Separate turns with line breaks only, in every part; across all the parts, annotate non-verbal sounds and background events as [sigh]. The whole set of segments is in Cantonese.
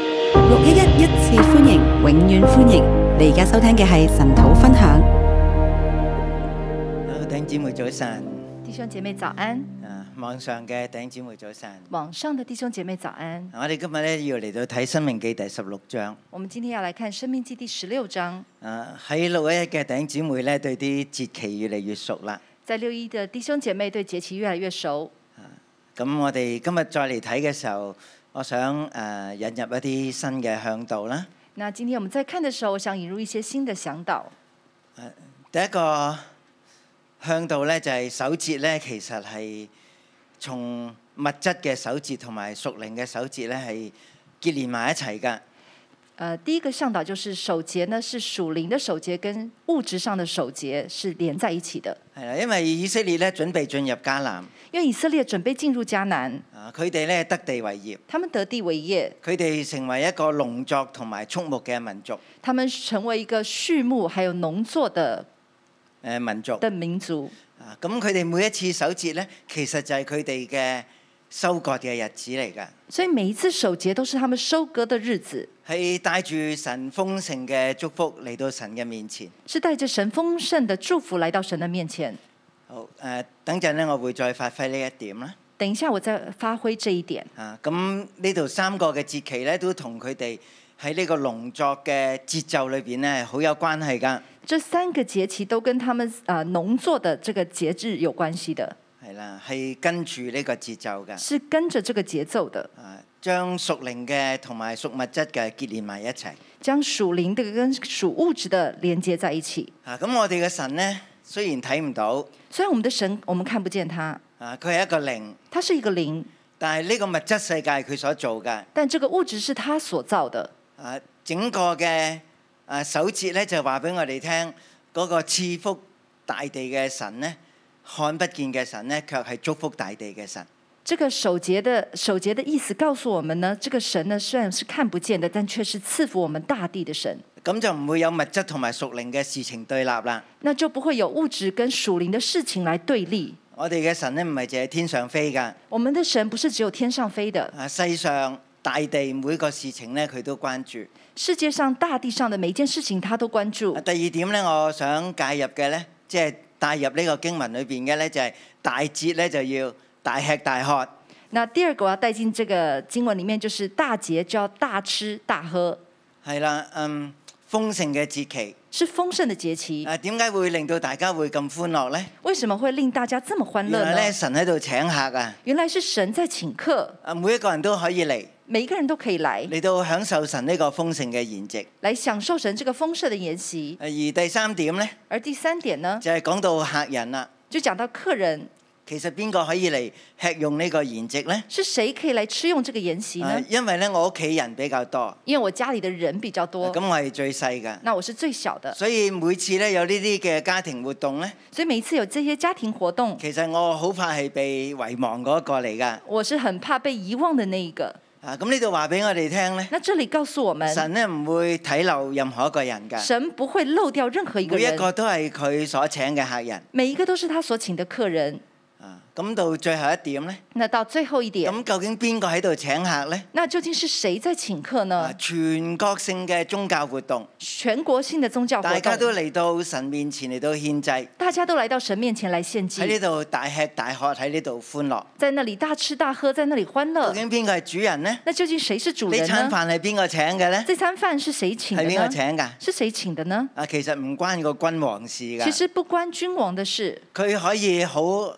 一一一次歡迎，永遠歡迎！你而家收聽嘅係神土分享。
啊，弟兄姊妹早晨，
弟兄姐妹早安，
啊，網上嘅弟兄姊妹早晨。啊
网上的弟兄姐妹早安。
我哋今日咧要嚟到睇《生命記》第十六章。
我们今天要来看《生命记》第十六章，
啊，喺六一一嘅弟兄姊妹咧，對啲節期越嚟越熟啦。
在六一的弟兄姐妹对节期越来越熟。
咁我哋今日再嚟睇嘅時候，我想誒、呃引入一啲新嘅向導啦。
那今天我们在看的时候，我想引入一些新的向导。
第一個向導咧就係、手節咧，其實係從物質嘅手節同埋屬靈嘅手節咧係結連埋一齊㗎。
呃，第一个向导就是守节呢，是属灵的守节跟物质上的守节是连在一起的。
係啦，因為以色列咧準備進入迦南，
因为以色列准备进入迦南，
啊，佢哋咧得地為業，
他们得地为业，
佢哋成為一個農作同埋畜牧嘅民族，誒、
他们成为一个畜牧还有农作的
呃民族。
的民族。
啊，咁佢哋每一次守節咧，其實就係佢哋嘅收割嘅日子嚟㗎，
所以每一次守节都是他们收割的日子，
係帶住神豐盛嘅祝福嚟到神嘅面前。
是带着神丰盛的祝福来到神的面前。
好，誒、等陣咧，我會再發揮呢一點啦。
等一下，我再发挥这一点。
啊，咁呢度三個嘅節期咧，都同佢哋喺呢個農作嘅節奏裏邊咧，係好有關係㗎。
这三个节期都跟他们呃农作的这个节制有关系的，
係啦，係跟住呢個節奏㗎。
是跟着这个节奏的，
啊，將屬靈嘅同埋屬物質嘅結連埋一齊。
将属灵的跟属物质的连接在一起。
啊，咁我哋嘅神呢，雖然睇唔到，
虽然我们的神我们看不见他，
啊，佢係一個靈，
他是一个灵，
但係呢個物質世界佢所做嘅，
但这个物质是他所造的。
啊，整個嘅啊首節呢，就話俾我哋聽，嗰、個賜福大地嘅神呢，看不見嘅神呢，卻係祝福大地嘅神。
这个守节的守节的意思告诉我们呢，这个神呢虽然是看不见的，但却是赐福我们大地的神，
咁就唔會有物質同埋屬靈嘅事情對立啦。
那就不会有物质跟属灵的事情来对立。
我哋嘅神呢，唔係淨係天上飛㗎，
我们的神不是只有天上飞的，
啊，世上大地每個事情呢，佢都關注。
世界上大地上的每一件事情，他都关注
啊。第二點咧，我想介入嘅咧，即係帶入呢個經文裏邊嘅咧，就係、大節咧就要大吃大喝。
那第二个我要带进这个经文里面，就是大节就要大吃大喝，
係啦，嗯，豐盛嘅節期
是丰盛的节期。
啊，點解會令到大家會咁歡樂咧？
为什么会令大家这么欢
原
乐
來咧，
呢？
神喺度請客啊！
原来是神在请客，
啊，每一個人都可以嚟，
每一个人都可以来，
嚟到享受神呢個豐盛嘅筵席。
来享受神这个丰盛的筵席。
啊而第三點咧，
而第三点呢，
就係、講到客人啦。
就讲到客人
其實邊個可以嚟吃用呢個筵席咧？
是谁可以来吃用这个筵席
啊
呢？
因為咧我屋企人比較多，啊
因为我家里的人比较多
咁、，我係最細㗎。
那我是最小的，
所以每次咧有呢啲嘅家庭活動咧，
所以每一次有这些家庭活动，
其實我好怕係被遺忘嗰一個嚟噶。
我是很怕被遗忘的那一个。
啊，咁呢度話俾我哋聽咧，
那这里告诉我们，
神咧唔會睇漏任何一個人噶，
嗯神不会漏掉任何一个
每一
人，
個都係佢所請嘅客人。
每一个都是他所请的客人。
啊，咁到最後一點咧，
那到最后一点，
咁究竟邊個喺度請客咧？
那究竟是谁在请客
啊
呢，？
全國性嘅宗教活動，
全国性的宗教哦活
大家都
动，
嚟到神面前嚟到獻祭，
大家都来到神面前来献
喺呢
祭，
度大吃大喝，喺呢度歡樂。
在那里大吃大喝，在那里欢
究
乐。
竟邊個係主人咧？
那究竟谁是哦主
呢
人
餐
呢？
飯係邊個請嘅咧？
这餐饭是谁请的
係邊個
呢？
請㗎？
是谁请的呢？
啊，其實唔關個君王事
其
㗎，
实不关君王的事，
佢可以好誒、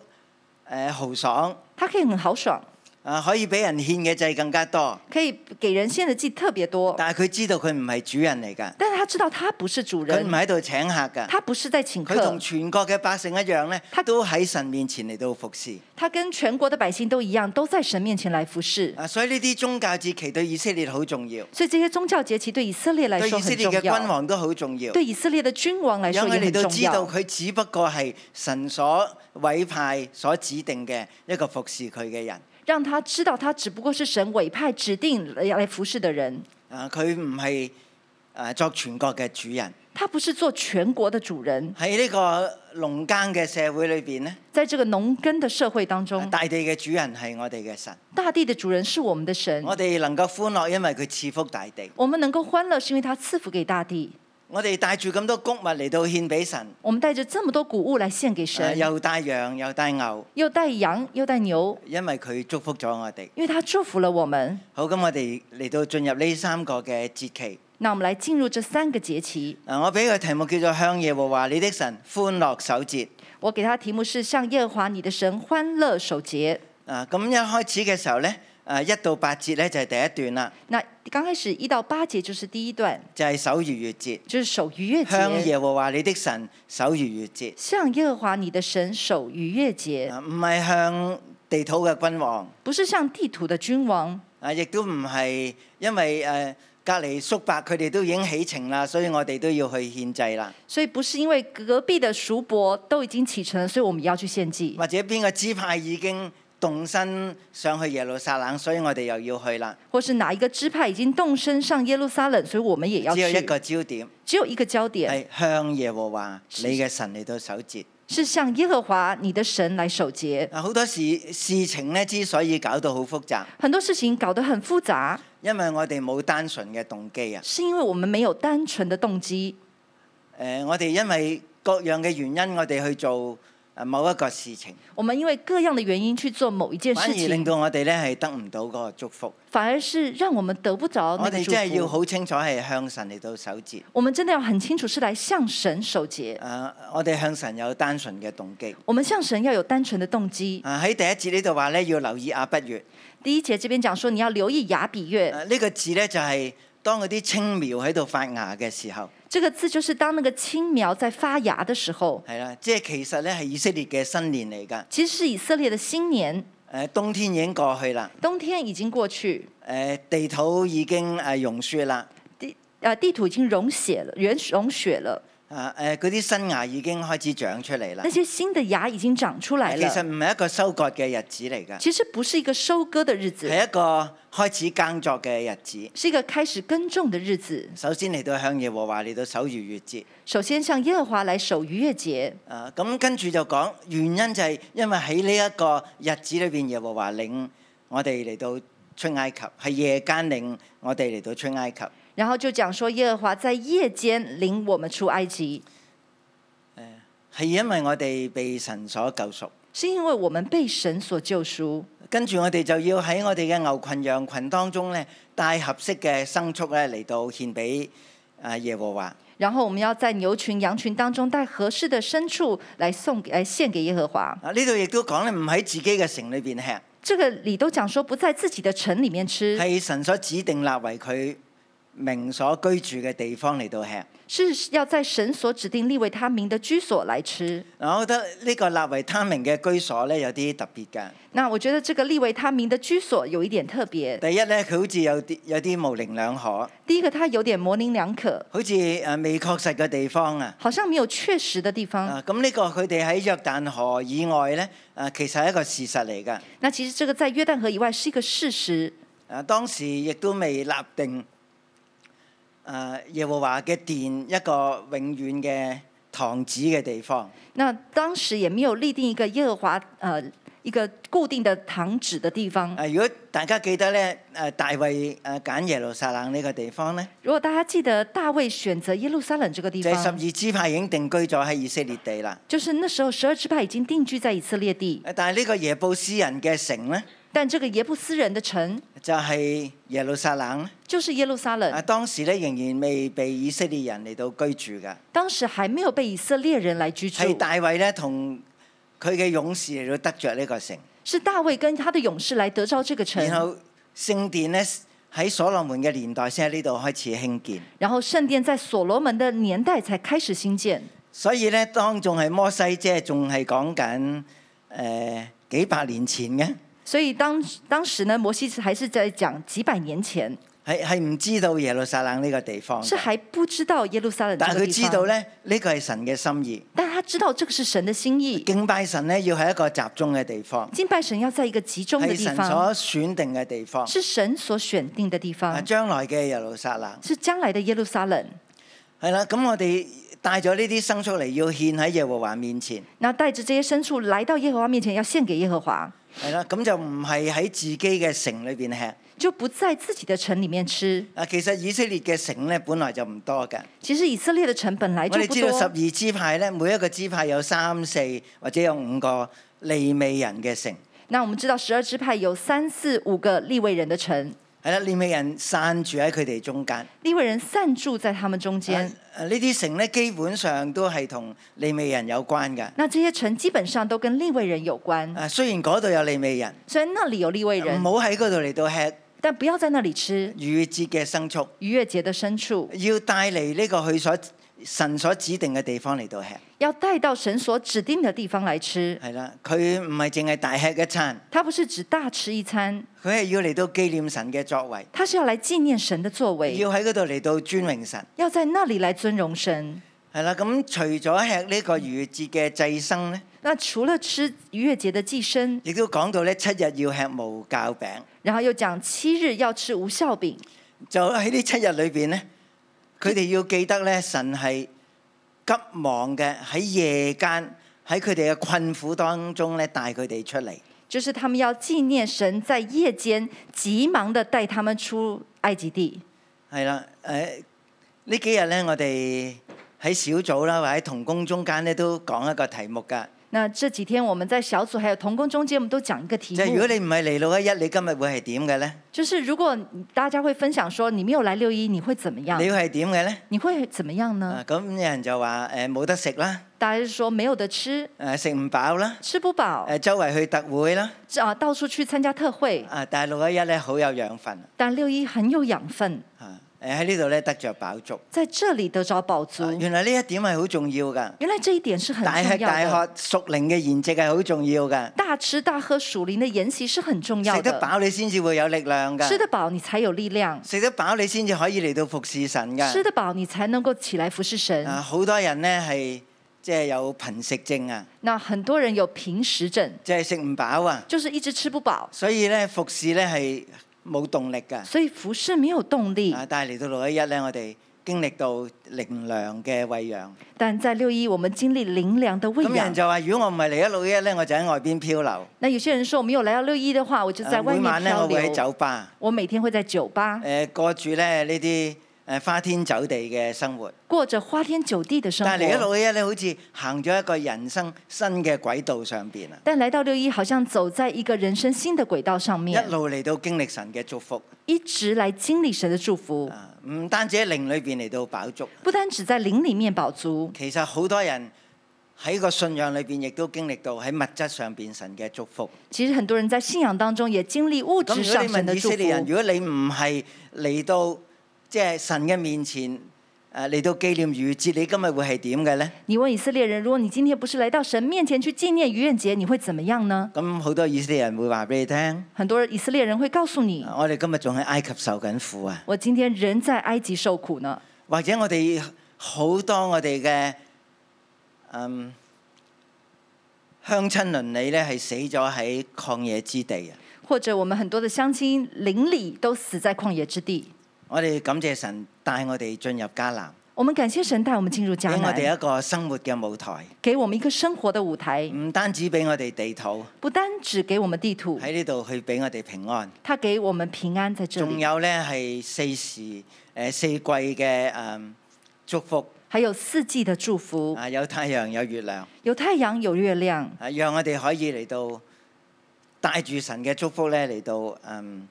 呃豪爽，
他可以很豪爽，
啊可以俾人獻嘅祭更加多，
可以給人献的祭特别多，
但係佢知道佢唔係主人嚟㗎，
但是他知道他不是主
佢唔
人，
喺度請客㗎，
他不是在請
佢
客
同，全國嘅百姓一樣咧，都喺神面前嚟到服侍。
他跟全国的百姓都一樣，都在神面前來服侍。
啊，所以呢啲宗教節期對以色列好重要，
所以这些宗教節期對以色列來
對
說
以色
很
列
重
嘅君
要，
王都好重要，
對以色列的君王來
讓
說
佢
也
哋
很
都
重
知道
要。
佢只不過係神所委派、所指定嘅一個服侍佢嘅人。
讓他知道，他只不過是神委派指定來來服侍的人，
啊，佢唔係啊作全國嘅主人。
他不是做全国的主人，
喺呢個農耕嘅社會裏邊呢，
在这个农耕的社会当中，
啊大地嘅主人係我哋嘅神。
大地的主人是我们的神。
我哋能夠歡樂，因為佢賜福大地。
我们能够欢乐，是因为他赐福给大地。
我哋帶住咁多谷物嚟到獻俾神，
我们带着这么多谷物来献给
呃
神，
又帶羊又帶牛，
又带羊，又带牛，
因為佢祝福咗我哋。
因为他祝福了我们。
好，咁我哋嚟到進入呢三個嘅節期。
那我们来進入這三個節期，
嗱，我俾個題目叫做向耶和華你的神歡樂守節。
我給他的題目是向耶和華你的神歡樂守節。
啊，咁一開始嘅時候呢，啊一到八節呢就係第一段啦，
那剛開始一到八節就是第一段，
就係守逾越節。
就是守逾越
向
節，
耶和華你的神守逾越節，
向耶和華你的神守逾越節，
啊唔係向地土嘅君王，
不是向地土的君王，
啊亦都唔係因為誒、呃隔離叔伯佢哋都已經起程啦，所以我哋都要去獻祭啦，
所以不是因為隔壁的叔伯都已經啟程了，所以我們要去獻祭，
或者邊個支派已經動身上去耶路撒冷，所以我哋又要去啦。
或是哪一個支派已經動身上耶路撒冷，所以我們也要
只有一哎
去。
個焦點
只有一個焦點
係向耶和華你嘅神嚟到守節。
是向耶和華你的神來守節。
啊，好多事事情咧之所以搞到好複雜，
很多事情搞得很複雜，
因為我哋冇單純嘅動機啊。
是因為我們沒有單純的動機，
誒、呃我哋因為各樣嘅原因，我哋去做誒某一個事情，
我們因為各樣的原因去做某一件
反
事
而令
情，
到我哋咧係得唔到嗰個祝福。
反而是讓我們得不着那
我
個
哋
祝
真係要
福。
好清楚係向神嚟到守節。
我們真的要很清楚是來向神守節
誒、，啊我哋向神有單純嘅動機。
我們向神要有單純的動機。
啊，喺第一節呢度話咧，要留意亞不月。
第一節這邊講說，你要留意雅比
誒
月
呢、個字咧就係、當嗰啲青苗喺度發芽嘅時候，
這個字，就是當那個青苗在發芽的時候，
係啦，即係其實咧係以色列嘅新年嚟㗎。誒、
其實是以色列的新年，
冬天已經過去啦，
冬天已經過去，
誒、地土已經誒融雪啦，
地呃地土已經融雪了，融融雪了，
啊誒嗰啲新芽已經開始長出嚟啦
那。些新的芽已經長出來
其實
了。
唔係一個收割嘅日子嚟㗎，
其實不是一個收割的日子，
係一個開始耕作嘅日子。
是一個開始耕種的日子。
首先嚟到向耶和華嚟到守逾越節，
首先向耶和華來守逾越節，
啊咁跟住就講原因就係因為喺呢一個日子裏邊，耶和華領我哋嚟到出埃及，係夜間領我哋嚟到出埃及。
然後就講說耶和華在夜間領我們出埃及，
係因為我哋被神所救贖，
是因為我們被神所救贖。
跟住我哋就要喺我哋嘅牛群、羊群當中咧，帶合適嘅牲畜咧嚟到獻俾啊耶和華。
然後我們要在牛群、羊群當中帶合適的牲畜來送給、來獻給耶和華。
啊呢度亦都講咧，唔喺自己嘅城裏邊吃。
這個里都講說不在自己的城裡面吃，
係神所指定立為佢名所居住嘅地方嚟到吃。
是要在神所指定立為他名的居所來吃。
嗱，我覺得呢個立為他名嘅居所咧有啲特別㗎。
那我覺得這個立為他名的居所有一點特別。
第一咧，佢好似有啲有啲模棱兩可，
第一個，它有點模棱兩可，
好似誒未確實嘅地方啊。
好像沒有確實的地方。
啊，咁呢個佢哋喺約旦河以外咧，啊，其實係一個事實嚟㗎。
那其實這個在約旦河以外是一個事實，
啊，當時亦都未立定啊耶和華嘅殿一個永遠嘅堂址嘅地方。
那當時也沒有立定一個耶和華呃一個固定的堂址的地方。
啊，如果大家記得咧，誒大衛誒揀耶路撒冷呢個地方咧，
如果大家記得大衛選擇耶路撒冷這個地
就係十
方，
二支派已經定居咗喺以色列地啦。
就是那時候十二支派已經定居在以色列地，
誒但係呢個耶布斯人嘅城咧，
但這個耶布斯人的城
就係、耶路撒冷咧。
就是耶路撒
啊，
冷，
當時咧仍然未被以色列人嚟到居住㗎，
當時還沒有被以色列人來居住
係，大衛咧同佢嘅勇士嚟到得着呢個城，
是大衛跟他的勇士來得着這個
然
城，
後聖殿咧喺所羅門嘅年代先喺呢度開始興建。
然後聖殿在所羅門的年代才開始興建。
所以咧，當仲係摩西，即係仲係講緊誒幾百年前嘅。
所以當當時呢，摩西還是在講幾百年前，
係係唔知道耶路撒冷呢個地方
是
嘅，
還不知道耶路撒冷這
但係
個
佢
地
知道
方，
咧，呢個係神嘅心意。
但他知道這個是神的心意，
敬拜神咧，要係一個集中嘅地方，
敬拜神要在一個集中的
係
地
神
方，
所選定嘅地方。
是神所選定的地
啊，
方，
將來嘅耶路撒冷
是將來的耶路撒冷。
係啦，咁我哋帶咗呢啲牲畜嚟，要獻喺耶和華面前。
那带着这些牲畜来到耶和华面前，要献给耶和华，
係啦，咁就唔係喺自己嘅城裏邊吃。
就不在自己的城里面吃。
啊，其實以色列嘅城咧，本來就唔多嘅。
其实以色列的城本来
我
哎就
哋
不
知道十
多，
二支派咧，每一個支派有三四或者有五個利未人嘅城。
那我们知道十二支派有三四五个立位人的城，
係啦，利未人散住喺佢哋中間。
立位人散住在他们中
啊
间。
啊呢啲城咧，基本上都係同利未人有關嘅。
那这些城基本上都跟立位人有关，
啊，雖然嗰度有利未人，
虽然那里有立位
唔
人，
好喺嗰度嚟到吃
但不要在那里吃
逾越節嘅牲畜，
逾越节的牲畜，
要帶嚟呢個佢所神所指定嘅地方嚟到吃。
要带到神所指定的地方来吃。
係啦，佢唔係淨係大吃一餐，
他不是只大吃一餐，
佢係要嚟到紀念神嘅作為，
他是要来纪念神的作为，
要喺嗰度嚟到尊榮神。
要在那里来尊荣神。
係啦，咁除咗吃呢個逾越節嘅祭牲咧，
那除了吃逾越节的祭牲，
亦都講到咧七日要吃無酵餅。
然后又讲七日要吃无效饼，
就喺呢七日裏邊咧，佢哋要記得咧，神係急忙嘅喺夜間喺佢哋嘅困苦當中咧帶佢哋出嚟。
就是他们要纪念神在夜间急忙的带他们出埃及地。
係啦，誒、呢幾日咧，我哋喺小組啦，或者喺同工中間咧都講一個題目㗎。
那这几天我们在小组还有童工中间，我们都讲一个题
即
目，
係如果你唔係嚟到一一，你今日會係點嘅咧？
就是如果大家会分享说你没有来六一，你会怎么样
你？會係點嘅咧？
你会怎么样
啊？
呢
咁有人就話誒冇得食啦，
大家就说没有得吃，
誒食唔飽啦，
吃不饱
誒、，周圍去特會啦，
啊，到處去參加特會，
啊但係六一一咧好有養分
但六一很有養分，
啊！誒喺呢度咧得着飽足。
在這裡得着飽足
啊。原來呢一點係好重要噶，
原來這一點是很
大吃
重要
大
的。
喝熟靈嘅筵席係好重要噶，
大吃大喝屬靈的筵席是很重要
食得
的，
飽你先至會有力量噶，
吃得飽你才有力量，
食得飽你先至可以嚟到服侍神噶。
吃得飽你才能夠起來服
啊，
侍神。
好多人呢係即係有貧食症啊，
那很多人有平食症，
即係食唔飽啊，
就是一直吃不飽，
所以呢服侍呢係冇動力噶。
所以服侍沒有動力。
啊，但係嚟到六一一呢，我哋經歷到靈糧嘅餵養。
但在六一我們經歷靈糧的餵
咁有人
養。
就話：如果我唔係嚟咗六一一呢，我就喺外邊漂流。
那有些人說我沒有來到六一的話，我就在
啊
外
每
面
晚呢，
漂
我哎會喺
流。
酒吧。
我每天會在酒吧
誒過住咧呢啲誒花天酒地嘅生活，
過着花天酒地的生
但係嚟咗
活。
六一咧，好似行咗一個人生新嘅軌道上邊啊！
但来到六一，好像走在一个人生新的轨道上
一
面，
路嚟到經歷神嘅祝福
一直来经历神的祝福，
啊！唔單止喺靈裏邊嚟到飽足，
不单只在灵里面饱足，
其實好多人喺個信仰裏邊亦都經歷到喺物質上邊神嘅祝福。
其实很多人在信仰当中也经历物
咁
质
如果
上
你
神
問
的
以
祝
色列人，
福。
如果你唔係嚟到即係神嘅面前誒嚟到紀念逾越節，你今日會係點嘅咧？
你问以色列人，如果你今天不是来到神面前去纪念愚人节，你会怎么样呢？
咁好多以色列人會話俾你聽。
很多以色列人会告诉你，
我哋今日仲喺埃及受緊苦啊，
我今天仍在埃及受苦呢，
或者我哋好多我哋嘅嗯鄉親鄰里咧係死咗喺曠野之地啊！
或者我们很多的乡亲邻里都死在旷野之地。
我哋感謝神帶我哋進入迦南，
我们感谢神带我们进入
俾
迦
我哋
南，
一個生活嘅舞台，
给我们一个生活的舞台，
唔單止俾我哋地土
不单只给我们地图，
喺呢度去俾我哋平安，
他给我们平安在这
仲
里，
有咧係四時誒、呃四季嘅嗯祝福
还有四季的祝福，
啊，有太陽有月亮。
有太阳，有月亮，
啊，讓我哋可以嚟到帶住神嘅祝福咧，嚟到嗯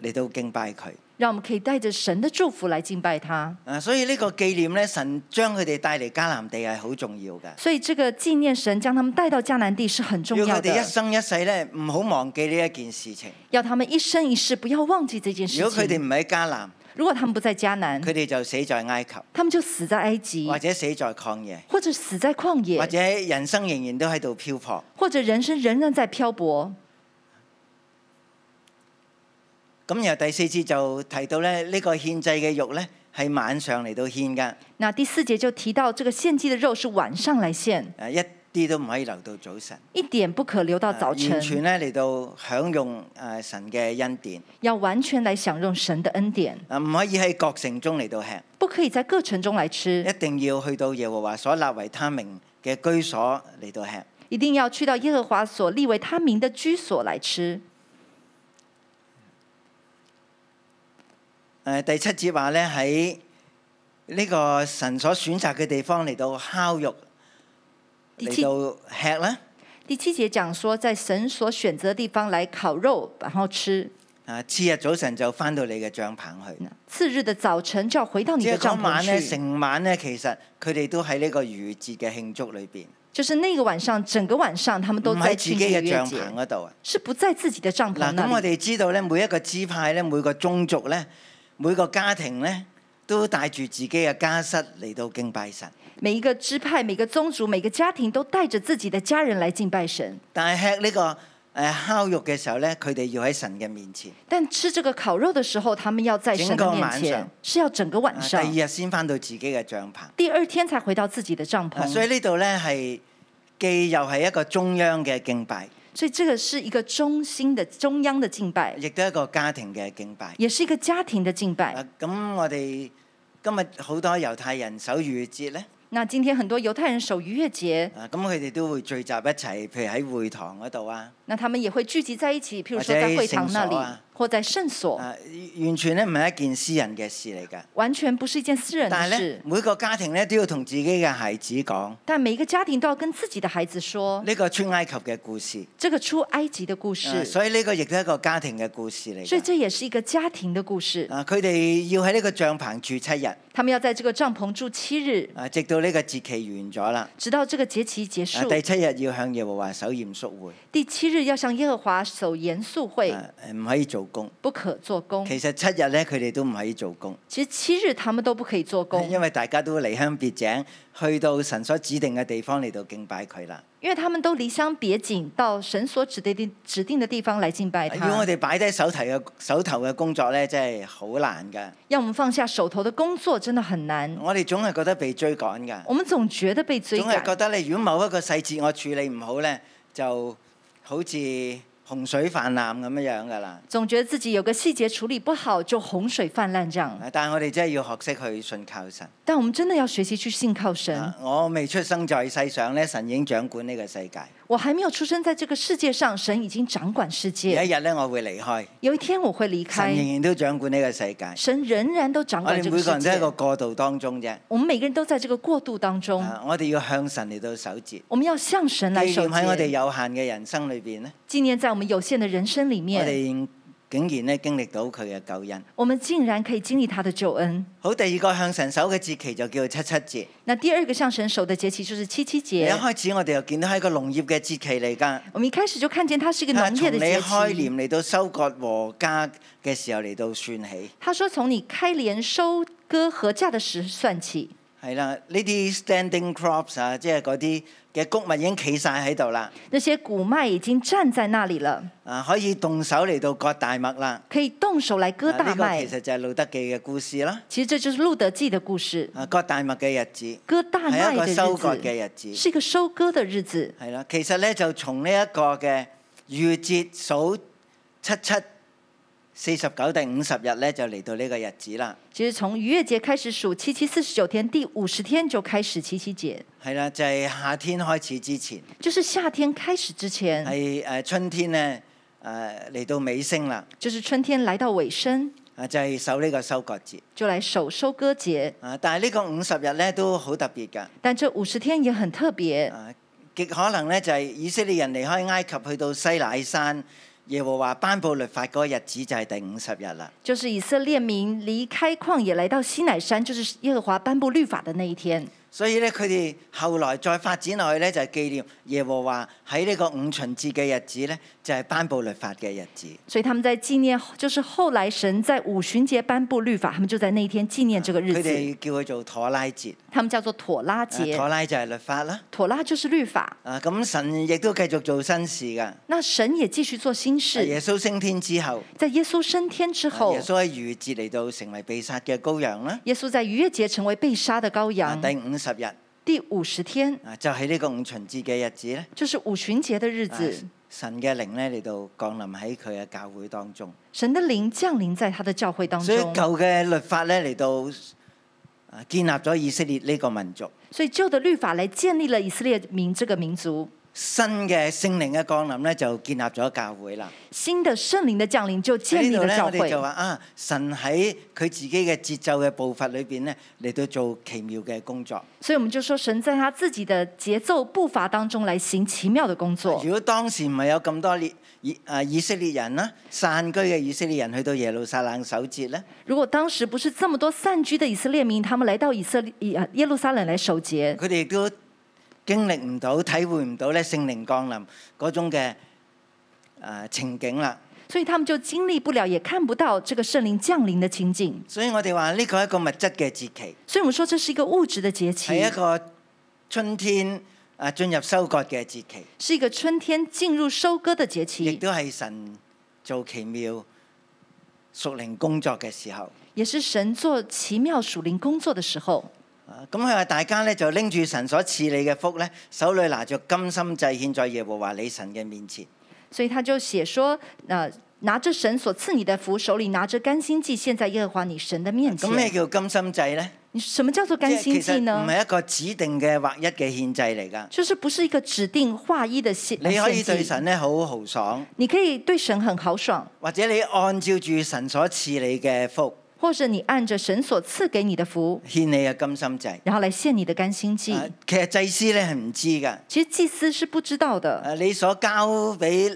嚟到敬拜佢。
让我们可以带着神的祝福来敬拜他。
啊，所以呢個紀念咧，神將佢哋帶嚟迦南地係好重要噶。
所以这个纪念神将他们带到迦南地是很重
要
要
佢哋一
的，
生一世咧，唔好忘記呢一件事情。
要他们一生一世不要忘记这件事
如果佢哋
情。
唔喺迦南，
如果他们不在迦南
佢，哋就死在埃及，
他们就死在埃及
或，者死在曠野，
或者死在旷
或
野，
者人生仍然都喺度漂泊。
或者人生仍然在漂泊。
咁由第四節就提到咧，呢、個獻祭嘅肉咧係晚上嚟到獻噶，
那第四节就提到这个献祭的肉是晚上来献，
啊誒一啲都唔可以留到早晨。
一点不可留到
啊
早
完全
晨，
咧嚟到享用誒神嘅恩典，
要完全来享用神的恩典，
啊唔可以喺各城中嚟到吃，
不可以在各城中来吃
一，定要去到耶和華所立為他名嘅居所嚟到吃。
一定要去到耶和华所立为他名的居所来吃。
誒、啊第七節話咧喺呢個神所選擇嘅地方嚟到烤肉，
第
嚟
七
到吃啦。
第七节讲说，在神所选择的地方来烤肉，然后吃。
啊，次日早晨就翻到你嘅帳棚去。
次日的早晨就要回嗯到你
即係
的帐
嗰晚咧，
篷去。
成晚咧，其實佢哋都喺呢個逾越節嘅慶祝裏邊，
就是那个晚上，整个晚上他们
唔
都在
喺自己
庆祝逾
嘅
越
帳
节，
棚嗰度啊。
是不在自己的帐篷
嗱，咁
那
我
里。
哋知道咧，每一個支派咧，每個宗族咧，每個家庭咧，都帶住自己嘅家室嚟到敬拜神。
每一个支派、每个宗族、每个家庭都带着自己的家人来敬拜神。
但係吃呢、個誒烤肉嘅時候咧，佢哋要喺神嘅面前，
但吃这个烤肉的时候，他们要在神
整
的
个
面
晚
前
上，
是要整个晚
啊第
上，
二日先翻到自己嘅帳棚。
第二天才回到自己的帐
啊
篷。
所以呢度咧係既又係一個中央嘅敬拜，
所以这个是一个中心的中央的敬拜，
亦都一個家庭嘅敬拜。
也是一个家庭的敬拜。
啊，咁我哋今日好多猶太人守逾越節咧，
那今天很多猶太人守逾越节，
啊，咁佢哋都會聚集一齊，譬如喺會堂嗰度啊，
那他们也会聚集在一起，譬如说
或者
在会堂那
圣所
里
啊，
或在圣所，
啊，完全咧唔係一件私人嘅事嚟㗎。
完全不是一件私人
但
的
係咧，
事。
每個家庭咧都要同自己嘅孩子講
但每一个家庭都要跟自己的孩子说
呢個出埃及嘅故事，
这个出埃及的故事
啊，所以呢個亦都係一個家庭嘅故事嚟
所以
㗎。
这也是一个家庭的故事。
啊，佢哋要喺呢個帳棚住七日，
他们要在这个帐篷住七日，
啊，直到呢個節期完咗啦。
直到这个节期结
啊
束。
第七日要向耶和華守嚴肅會，
第七日要向耶和华守严肃会，
啊唔可以做工。
不可做工。
其實七日咧，佢哋都唔可以做工，
其实七日他们都不可以做工，
因為大家都離鄉別井，去到神所指定嘅地方嚟到敬拜佢啦。
因为他们都离乡别井，到神所指定的指定的地方来敬拜他。
哎要我哋擺低手提嘅手頭嘅工作咧，真係好難㗎。
要我们放下手头的工作，真的很难。
我哋總係覺得被追趕㗎，
我们总觉得被追
總係覺
赶，
得咧，如果某一個細節我處理唔好咧，就好似洪水泛濫咁樣樣㗎啦。
总觉得自己有个细节处理不好就洪水泛滥这样。
啊但係我哋真係要學識去信靠神。
但我们真的要学习去信靠神
啊。我未出生在世上咧，神已經掌管呢個世界。
我还没有出生在这个世界上，神已经掌管世
有
界。
一日咧，我會離開，
有一天我会离
神
开，
仍然都掌管呢個世界。
神仍然都掌
我
管
哋每
这
個
个世
人都喺一
界
個。過渡當中啫。
我们每个人都在这个过渡当中，
啊我哋要向神嚟到守節，
我们要向神来
紀
守
念喺我哋
节，
有限嘅人生裏邊咧，
纪念在我们有限的人生里
我
面，
哋竟然咧經歷到佢嘅救恩。
我们竟然可以经历他的救恩。
好，第二個向神守嘅節期就叫做七七節。
那第二个向神守的节期就是七七
一
节。
開始我哋又見到係一個農業嘅節期嚟㗎。
我们一开始就看见它是一个
啊
农
從
业的
你
节
開
期。
年嚟到收割禾家嘅時候嚟到算起，
他说：“从你开镰收割禾稼的时算起，
係啦，呢啲 standing crops 啊，即係嗰啲嘅谷物已經企晒喺度啦，
那些谷麦已经站在那里了，
啊，可以動手嚟到割大麥啦。
可以動手来割
啊呢
大
個
麦
其。實就係路德記嘅故事啦。
其实这就是路德记的故事，
啊，割大麥嘅日子
割大
係
麦
一
的
個收割
日
嘅日
子
子，
是一个收割的日子。
係啦。其實咧就從呢一個嘅逾節數七七四十九第五十日咧，就嚟到呢個日子啦。
其实从逾越节开始数七七四十九天，第五十天就开始七七节，
係啦，就係、夏天開始之前，
就是夏天开始之前，
係誒、呃春天咧誒嚟到尾聲啦。
就是春天来到尾声，
啊，就係守呢個收割節。
就来守收割节。
啊，但係呢個五十日咧都好特別㗎。
但这五十天也很特别。”
啊，極可能咧就係以色列人離開埃及去到西乃山，耶和華頒布律法嗰個日子就係第五十日啦。
就是以色列民离开旷野来到西乃山，就是耶和华颁布律法的那一天。
所以咧，佢哋後來再發展落去咧，就係、紀念耶和華喺呢個五旬節嘅日子咧，就係、頒布律法嘅日子。
所以他们在纪念，就是后来神在五旬节颁布律法，他们就在那一天纪念这个日
佢
子。
哋叫佢做妥拉節，
他们叫做妥拉
啊
节
妥，拉就係律法啦。
妥拉就是律法。
啊，咁神亦都繼續做新事㗎。啊
那神也继续做新
耶
事，
穌升天之後，
在耶穌升天之
啊
后
耶，穌喺逾節嚟到成為被殺嘅羔羊啦。
耶穌在逾越节成为被杀的羔
啊
羊。
第五十日，
第五十天
啊，就喺呢個五旬節嘅日子咧，
就是五旬节的日
啊
子，
神嘅靈咧嚟到降臨喺佢嘅教會當中，
神的灵降临在他的教会当
所以
中。
舊嘅律法咧嚟到啊建立咗以色列呢個民族，
所以旧的律法来建立了以色列民这个民族，
新嘅聖靈嘅降臨咧就建立咗教會啦。
新的圣灵的降临就建
喺
立
呢度
了
咧，
教
我哋就話
会。
啊，神喺佢自己嘅節奏嘅步伐裏邊咧嚟到做奇妙嘅工作。
所以我们就说，神在他自己的节奏步伐当中来行奇妙的工作
如。果當時唔係有咁多列以啊以色列人啦，散居嘅以色列人去到耶路撒冷守節咧，
如果当时不是这么多散居的以色列民，他们来到以色列以呃耶路撒冷来守节，
佢哋亦都經歷唔到、體會唔到咧聖靈降臨嗰種嘅啊情景啦。
所以他们就经历不了，也看不到这个圣灵降临的情景。
所以我哋話呢個係一個物質嘅節期，
所以我们说，这是一个物质的节期，
係一個春天啊進入收割嘅節期，
是一个春天进入收割的节
亦
期，
都係神做奇妙屬靈工作嘅時候。
也是神做奇妙属灵工作的时候。
啊咁佢話：大家咧就拎住神所賜你嘅福咧，手裏拿着甘心祭獻在耶和華你神嘅面前。
所以他就写说，呃，拿着神所赐你的福，手里拿着甘心祭，献在耶和华你神的面
啊咁咩
前。
叫甘心祭咧？
你什么叫做甘
即
心
係其實
祭
唔
呢？
係一個指定嘅劃一嘅獻祭嚟㗎。
就是不是一个指定划一的献啊
你可以對
献祭，
神咧好豪爽，
你可以对神很豪爽，
或者你按照住神所賜你嘅福
或者你按着神所赐给你的福，
獻你嘅甘心祭。
然后来献你的甘心祭。
啊其實祭司咧係唔知㗎。
其实祭司是不知道的，
誒，你所交俾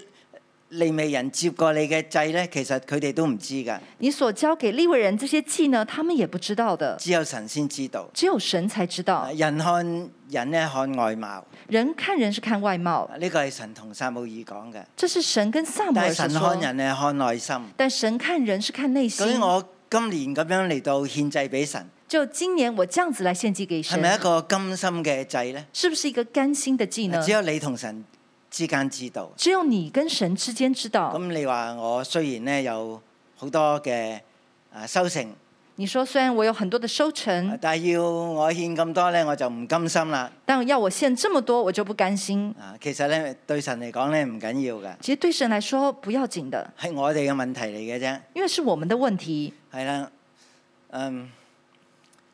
利未人接過你嘅祭咧，其實佢哋都唔知㗎，
你所交给利未人这些祭呢，他们也不知道的，
只有神先知道。
只有神才知
啊
道。
人看人咧看外貌。啊
人看人是看外貌，
呢個係神同撒母耳講嘅，
这是神跟萨摩
但
尔
係
所
神看
说，
人係看內心。
但神看人是看内
所以
心。
我今年咁樣嚟到獻祭俾神，
就今年我这样子来献祭给
係
神，
咪一個甘心嘅祭呢？啊
是不是一个甘心的祭呢
只？有你同神之間知道。
只有你跟神之间知道
咁。你話我雖然呢有好多嘅啊收成，
你说虽然我有很多的收成，
啊但係要我獻咁多呢，我就唔甘心啦。
但要我献这么多，我就不甘心。
啊，其實呢，對神嚟講呢，唔緊要嘅，
其实对神来说不要紧的，
係我哋嘅問題嚟嘅啫。
因为是我们的问题。
係啦，嗯，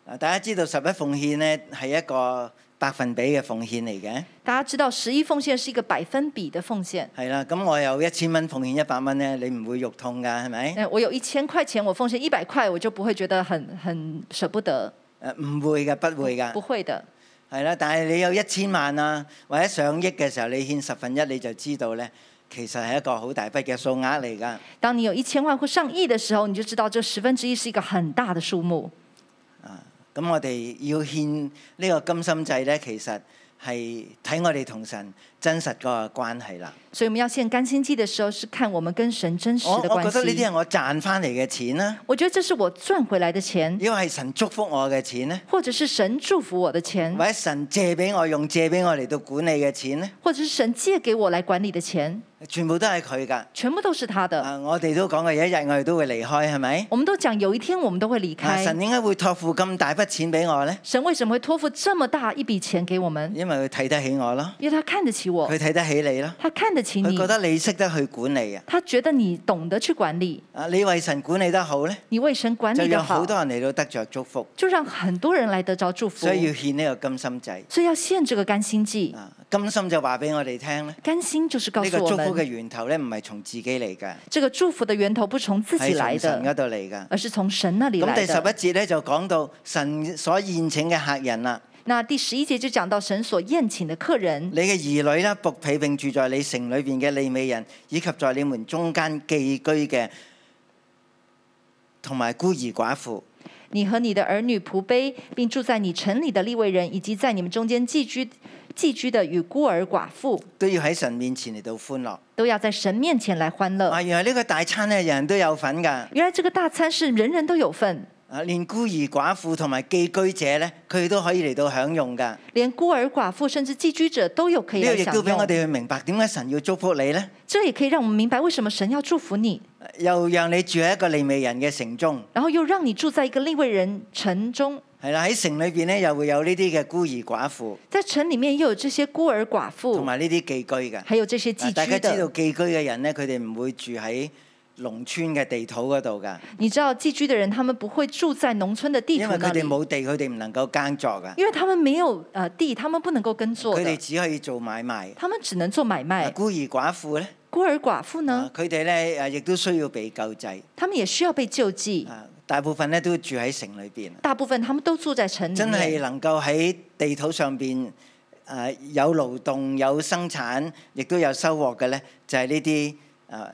嗱大家知道十一奉獻呢係一個百分比嘅奉獻嚟嘅。
大家知道，十一奉献是一个百分比的奉献。
係啦，咁我有一千蚊奉獻一百蚊咧，你唔會肉痛㗎，係咪？
哎，我有一千块钱，我奉献一百块，我就不会觉得很很舍不得，
誒啊唔會㗎，不會
不
㗎，
会的。
係啦。但係你有一千萬啊，或者上億嘅時候，你獻十分一，你就知道咧，其實係一個好大筆嘅數額嚟㗎。
当你有一千万或上亿的时候，你就知道这十分之一是一个很大的数目。
啊咁我哋要獻呢個甘心祭咧，其實係睇我哋同神真實嗰個關係啦。
所以我们要献甘心祭的時候，是看我們跟神真
我
實的
我
關
覺得呢啲
係。
係我賺翻嚟嘅錢啦，
我覺得這是我賺回來的錢，
因為係神祝福我嘅錢咧，
或者是神祝福我的錢，
或者神借俾我用借俾我嚟到管理嘅錢咧，
或者是神借給我來管理的錢，
全部都係佢㗎。
全部都是他的。
啊！我哋都講過，有一日我哋都會離開，係咪？
我們都講有一天我們都會離
啊！神
開，
點解會托付咁大筆錢俾我呢？
神為什麼會托付這麼大一筆錢給我們？
因為佢睇得起我咯，
因為他看得起我
佢，睇得起你咯，
他看得起
佢
你
覺，得你識得去管理啊！
他覺得你懂得去管理，
啊！你為神管理得好呢，
你為神管
就
理得
讓
好
好，多人嚟到得着祝福，
就讓很多人來得着祝福
所。以要獻呢個甘心祭
所以要獻這個甘心祭，
啊！甘心就話俾我哋聽咧，
甘心就是告
呢個
訴
祝
我
福嘅
們，
源頭呢，唔係從自己嚟㗎，
這個祝福的源頭不從自己
係
來
從
的
神。啊嗰度嚟㗎。
而是從神那裡
咁
來
第十
的。
一節呢，就講到神所宴請嘅客人啦，
那第十一節就講到神所宴請的客人，
你嘅兒女啦、仆婢並住在你城裏邊嘅利美人，以及在你們中間寄居嘅同埋孤兒寡婦。
你和你的兒女僕婢，並住在你城裡的利未人，以及在你們中間寄居寄居的與孤兒寡婦，
都要喺神面前嚟到歡樂。
都要在神面前來歡樂。
啊，原來呢個大餐咧，人人都有份㗎。
原來這個大餐是人人都有份，
啊，連孤兒寡婦同埋寄居者咧，佢哋都可以嚟到享用㗎。
連孤兒寡婦甚至寄居者都有可以
呢個
來
亦
享
都俾我
用。
哋去明白點解神要祝福你呢？
這也可以讓我們明白為什麼神要祝福你。
又讓你住喺一個利未人嘅城中，
然后又让你住在一个利未人城中，
係啦，喺城裏邊咧又會有呢啲嘅孤兒寡婦
在城里面又有这些孤儿寡
同
妇，
埋呢啲寄居嘅。啊
还有这哦些寄
大
居
家知道
的。
寄居嘅人咧，佢哋唔會住喺農村嘅地土嗰度㗎，
你知道寄居的人，他们不会住在农村的地
因為
图
佢
那里
哋，冇地，佢哋唔能夠耕作㗎，
因为他们没有呃地，他们不能够耕作
佢哋
的，
只可以做買賣。啊
他们只能做买卖。
孤兒寡婦咧，
孤儿寡妇
啊
呢，
佢哋咧誒亦都需要被救濟。
他们也需要被救济，
啊，大部分咧都住喺城裏邊，
大部分他们都住在城里
真係
面，
能夠喺地土上邊誒有勞動、有生產，亦都有收穫嘅咧，就係呢啲誒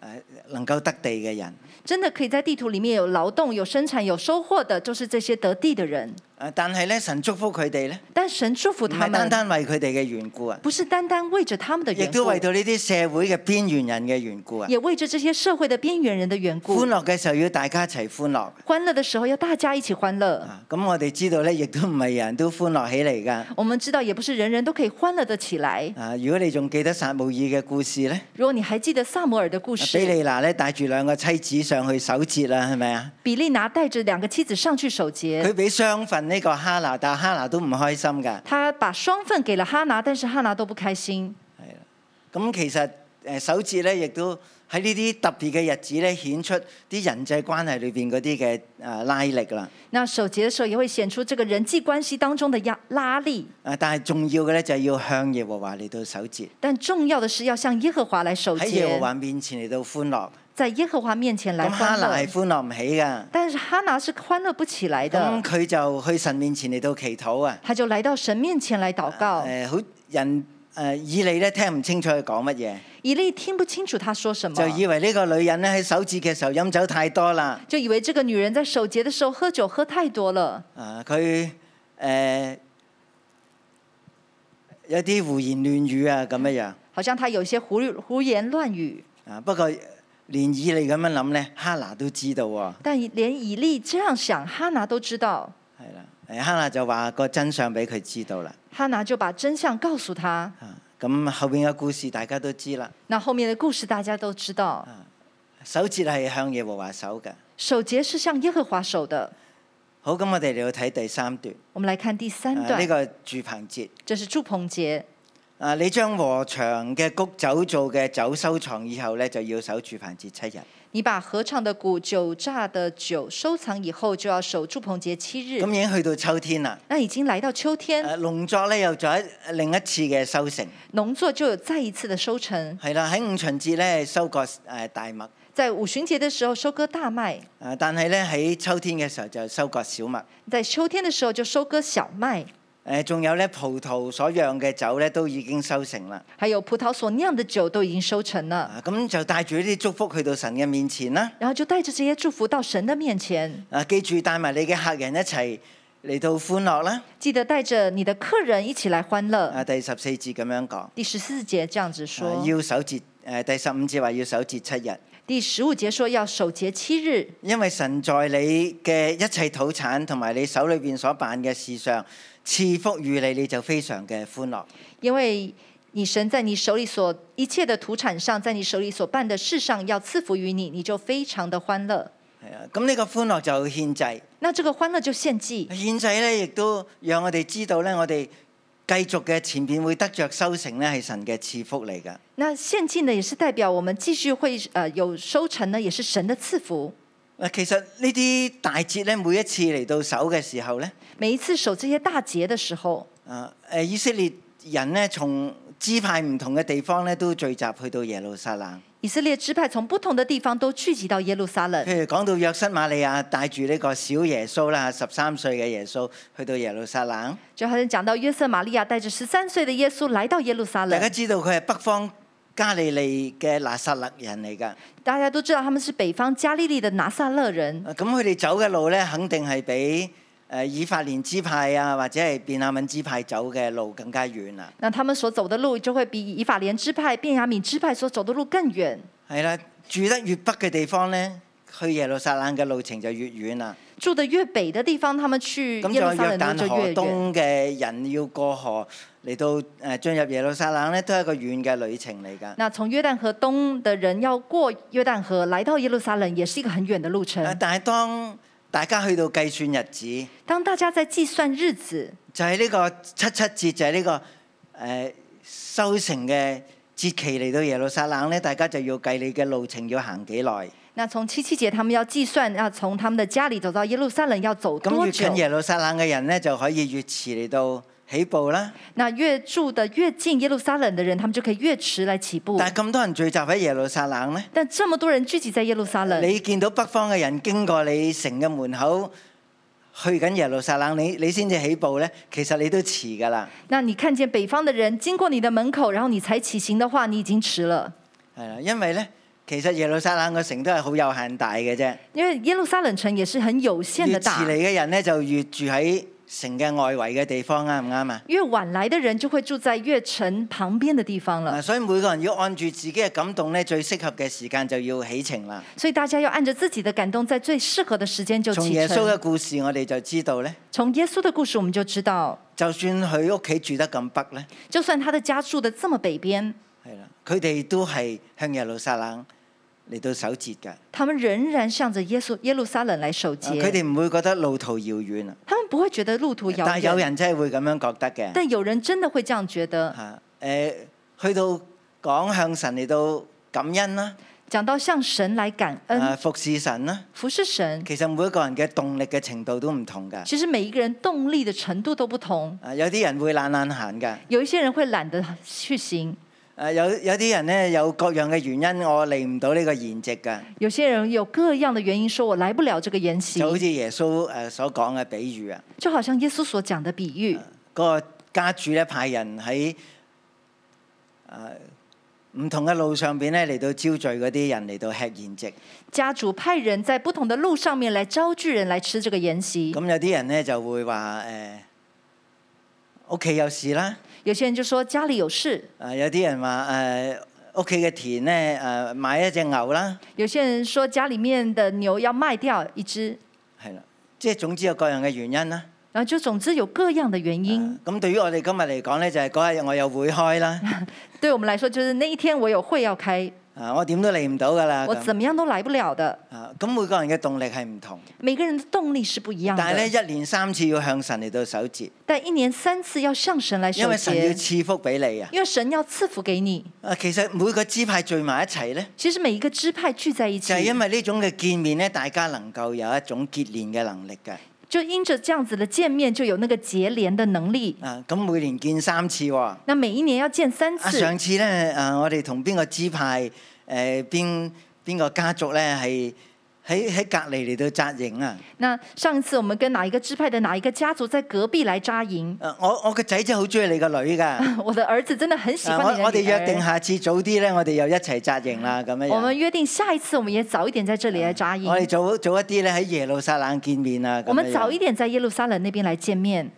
誒能夠得地嘅人。
真的可以在地图里面有劳动、有生产、有收获的，就是这些得地的人。
啊，但係咧，神祝福佢哋咧，
但神祝福
唔
他
係
们
單，單為佢哋嘅緣故啊，
不是单单为着他们的
亦
缘
都
故，
為到呢啲社會嘅邊緣人嘅緣故啊。
也为着这些社会的边缘人的缘故
歡。樂嘅時候要大家一齊歡樂。
欢乐的时候要大家一起欢乐。
啊，咁我哋知道咧，亦都唔係人都歡樂起嚟㗎。
我们知道，也不是人人都可以欢乐的起来。
啊，如果你仲記得撒姆耳嘅故事咧？
如果你还记得萨摩尔的故
啊比
事，
利娜咧帶住兩個妻子上去守節啦，係咪啊？
比利拿带着两个妻子上去守
佢
节，
俾雙份呢個哈拿，但哈拿都唔開心㗎。
他把双份给了哈拿，但是哈拿都不开心。
咁其呃實誒守節咧，亦都喺呢啲特別嘅日子咧，顯出啲人際關係裏邊嗰啲嘅誒拉力啦。
那守节的时候也会显出这个人际关系当中的压拉力，
啊，但係重要嘅咧就係要向耶和華嚟到守節，
但重要的是要向耶和華来守
喺哎耶和
节，
華面前嚟到歡樂。
在耶和華面前来
咁哈
欢
拿係
乐。
歡樂唔起㗎，
但是哈拿是欢乐不起来
咁
的，
佢就去神面前嚟到祈禱啊。
他就来到神面前来祷告。
誒好人誒以利咧聽唔清楚佢講乜嘢。
以利听不清楚他说什么
就，以為呢個女人咧喺手指嘅時候飲酒太多啦，
就以为这个女人在守节的时候喝酒喝太多了，
啊佢誒有啲胡言亂語啊咁樣樣
好像她有一些胡胡言乱语。
啊，不過連以利咁樣諗咧，哈拿都知道喎、
但连以利这样想，哈拿都知道。
係啦，誒哈拿就話個真相俾佢知道啦，
哈拿就把真相告诉他。
啊咁後邊嘅故事大家都知啦，
那后面的故事大家都知道，
手指係向耶和華手嘅。
守节是向耶和华守的。
好，咁我哋嚟到睇第三段，
我们来看第三
啊呢、
段，
個住棚節。
这是祝棚节。
啊！你將和長嘅谷酒做嘅酒收藏以後咧，就要守住棚節七日。
你把合唱的鼓、酒榨的酒收藏以后，就要守祝棚节七日
咁。已經去到秋天啦。
那已经来到秋天，
誒呃農作咧又再一呃另一次嘅收成，
农作就有再一次的收成。
係啦，喺五旬節咧收割誒大麥，
在五旬节的时候收割大麦，
誒但係咧喺秋天嘅時候就收割小麥，
在秋天的时候就收割小麦，
誒仲有咧葡萄所釀嘅酒咧都已經收成啦，
还有葡萄所酿的酒都已经收成了。
啊咁就帶住呢啲祝福去到神嘅面前啦，
然后就带着这些祝福到神的面前，
啊記住帶埋你嘅客人一齊嚟到歡樂啦，
记得带着你的客人一起来欢
啊
乐。
第十四節咁樣講，啊
第十四节这样子说，
要守節，誒第十五節話要守節七日。
第十五节说要守节七日，
因為神在你嘅一切土產同埋你手裏邊所辦嘅事上賜福與你，你就非常嘅歡樂。
因为你神在你手里所一切的土产上，在你手里所办的事上要赐福于你，你就非常的欢乐。
係啊，咁呢個歡樂就獻祭，
那这个欢樂就献祭，
獻祭咧亦都讓我哋知道咧，我哋繼續嘅前邊會得着收成咧，係神嘅賜福嚟㗎。
那献祭呢也是代表我们继续会呃有收成呢，也是神的赐福。
嗱，其實呢啲大節咧，每一次嚟到手嘅時候咧，
每一次守这些大节的时候，
啊誒以色列人咧，從支派唔同嘅地方咧都聚集去到耶路撒冷。
以色列支派从不同的地方都聚集到耶路撒冷。
譬如講到約瑟瑪利亞帶住呢個小耶穌啦，十三歲嘅耶穌去到耶路撒冷，
就好像讲到约瑟玛利亚带着十三岁的耶稣来到耶路撒
大家
冷，
知道佢係北方加利利嘅拿撒勒人嚟㗎。
大家都知道他们是北方加利利的拿撒勒人，
咁佢哋走嘅路咧，肯定係比誒以法蓮支派啊，或者係便雅憫支派走嘅路更加遠啦。
那他们所走的路就会比以法莲支派、便雅敏支派所走的路更远。
係啦，住得越北嘅地方咧，去耶路撒冷嘅路程就越遠啦。
住得越北的地方，他们去
咁
耶路
再
撒
約
冷呢
旦
就
河
越遠。
東嘅人要過河嚟到誒進入耶路撒冷咧，都係一個遠嘅旅程嚟㗎。
那从约旦河东的人要过约旦河来到耶路撒冷，也是一个很远的路程。
啊但係當大家去到計算日子，
当大家在计算日子，
就係、呢個七七節，就係、呢、個誒、呃收成嘅節期嚟到耶路撒冷咧，大家就要計你嘅路程要行幾耐。
那从七七节他们要计算，要从他们的家里走到耶路撒冷要走
咁
多
越
久
近？耶路撒冷嘅人咧，就可以越遲嚟到起步啦。
那越住的越近耶路撒冷的人，他们就可以越迟来起步。
但係咁多人聚集喺耶路撒冷咧。
但这么多人聚集在耶路撒冷，
你見到北方嘅人經過你城嘅門口，去緊耶路撒冷，你你先至起步呢，其實你都遲㗎啦，
那你看见北方的人经过你的门口，然后你才起行的话，你已经迟了。
係啦，因為呢，其實耶路撒冷個城都係好有限大嘅啫，
因为耶路撒冷城也是很有限
越
的
遲
大
嚟，嘅人呢，就越住喺城嘅外圍嘅地方，啱唔啱啊？
越晚来的人就会住在越城旁边的地方了
嗱，。所以每個人要按住自己嘅感動呢，最適合嘅時間就要起程啦。
所以大家要按着自己的感动，在最适合的時間就
從
启
耶穌
程。
嘅故事，我哋就知道呢，
從耶穌的故事，我們就知道，
就算佢屋企住得咁北呢，
就算他的家住的這麼北邊，
係啦，佢哋都係向耶路撒冷嚟到守節㗎。
他們仍然向着耶穌耶路撒冷來守
啊佢
節。
哋唔會覺得路途遙遠啊，
他們不會覺得路途遙
但係有
遠，
人真係會咁樣覺得嘅。
但有人真的會這樣覺得。
嚇誒，去到講向神嚟到感恩啦，
講到向神來感
啊
恩、
服侍神啦，
服侍神，
其實每一個人嘅動力嘅程度都唔同㗎。
其實每一個人動力的程度都不同。
啊，有啲人會懶懶閒㗎，
有一些人會懶得去行，
啊有有啲人咧有各樣嘅原因，我嚟唔到呢個筵席㗎，
有些人有各樣的原因，說我來不了這個筵席
就，好似耶穌誒所講嘅比喻啊，
就好像耶穌所講的比喻。
嗯嗰、個家主咧派人喺啊唔同嘅路上邊咧嚟到招聚嗰啲人嚟到吃筵席。
家主派人在不同的路上面来招聚人来吃这个筵席。
咁有啲人咧就會話誒屋企有事啦，
有些人就說家里有事，
啊有啲人話誒屋企嘅田咧誒、呃、買一隻牛啦，
有些人說家里面的牛要賣掉一只，
係啦，即係總之有各樣嘅原因啦。啊
然後就總之有各樣的原因。
咁對於我哋今日嚟講咧，就係嗰日我有會開啦，
對我們來說，就是那一天我有會要開，
啊我點都嚟唔到㗎啦。
我
咁
怎麼樣都來不了的。
啊咁每個人嘅動力係唔同，
每個人的動力是不一樣
但係咧
的，
一年三次要向神嚟到守節，
但一年三次要向神來
因
守
為神要
節，
賜福俾你啊。
因為神要賜福給你。
啊其實每個支派聚埋一齊咧，
其實每一個支派聚在一起
就，係因為呢種嘅見面咧，大家能夠有一種結連嘅能力㗎。
就因着這樣子的見面，就有那個結連的能力。
啊，咁每年見三次喎、啊，
那每一年要見三次，
上次咧，啊，我哋同邊個支派，誒邊邊個家族咧，係喺喺隔離嚟到扎營啊！
那上一次我們跟哪一個支派的哪一個家族在隔壁來扎營？
誒、啊我我個仔真係好中意你個女㗎。啊
[laughs] 我的兒子真的很喜歡你的
我我哋
女
約定
兒。
下次早啲咧，我哋又一齊扎營啦，咁樣
我們
樣。
約定下一次，我們也早一點在這裡來扎
啊我哋
營。
早早一啲咧喺耶路撒冷見面啊，咁
我們
樣
早一
樣。
點在耶路撒冷那邊來見面，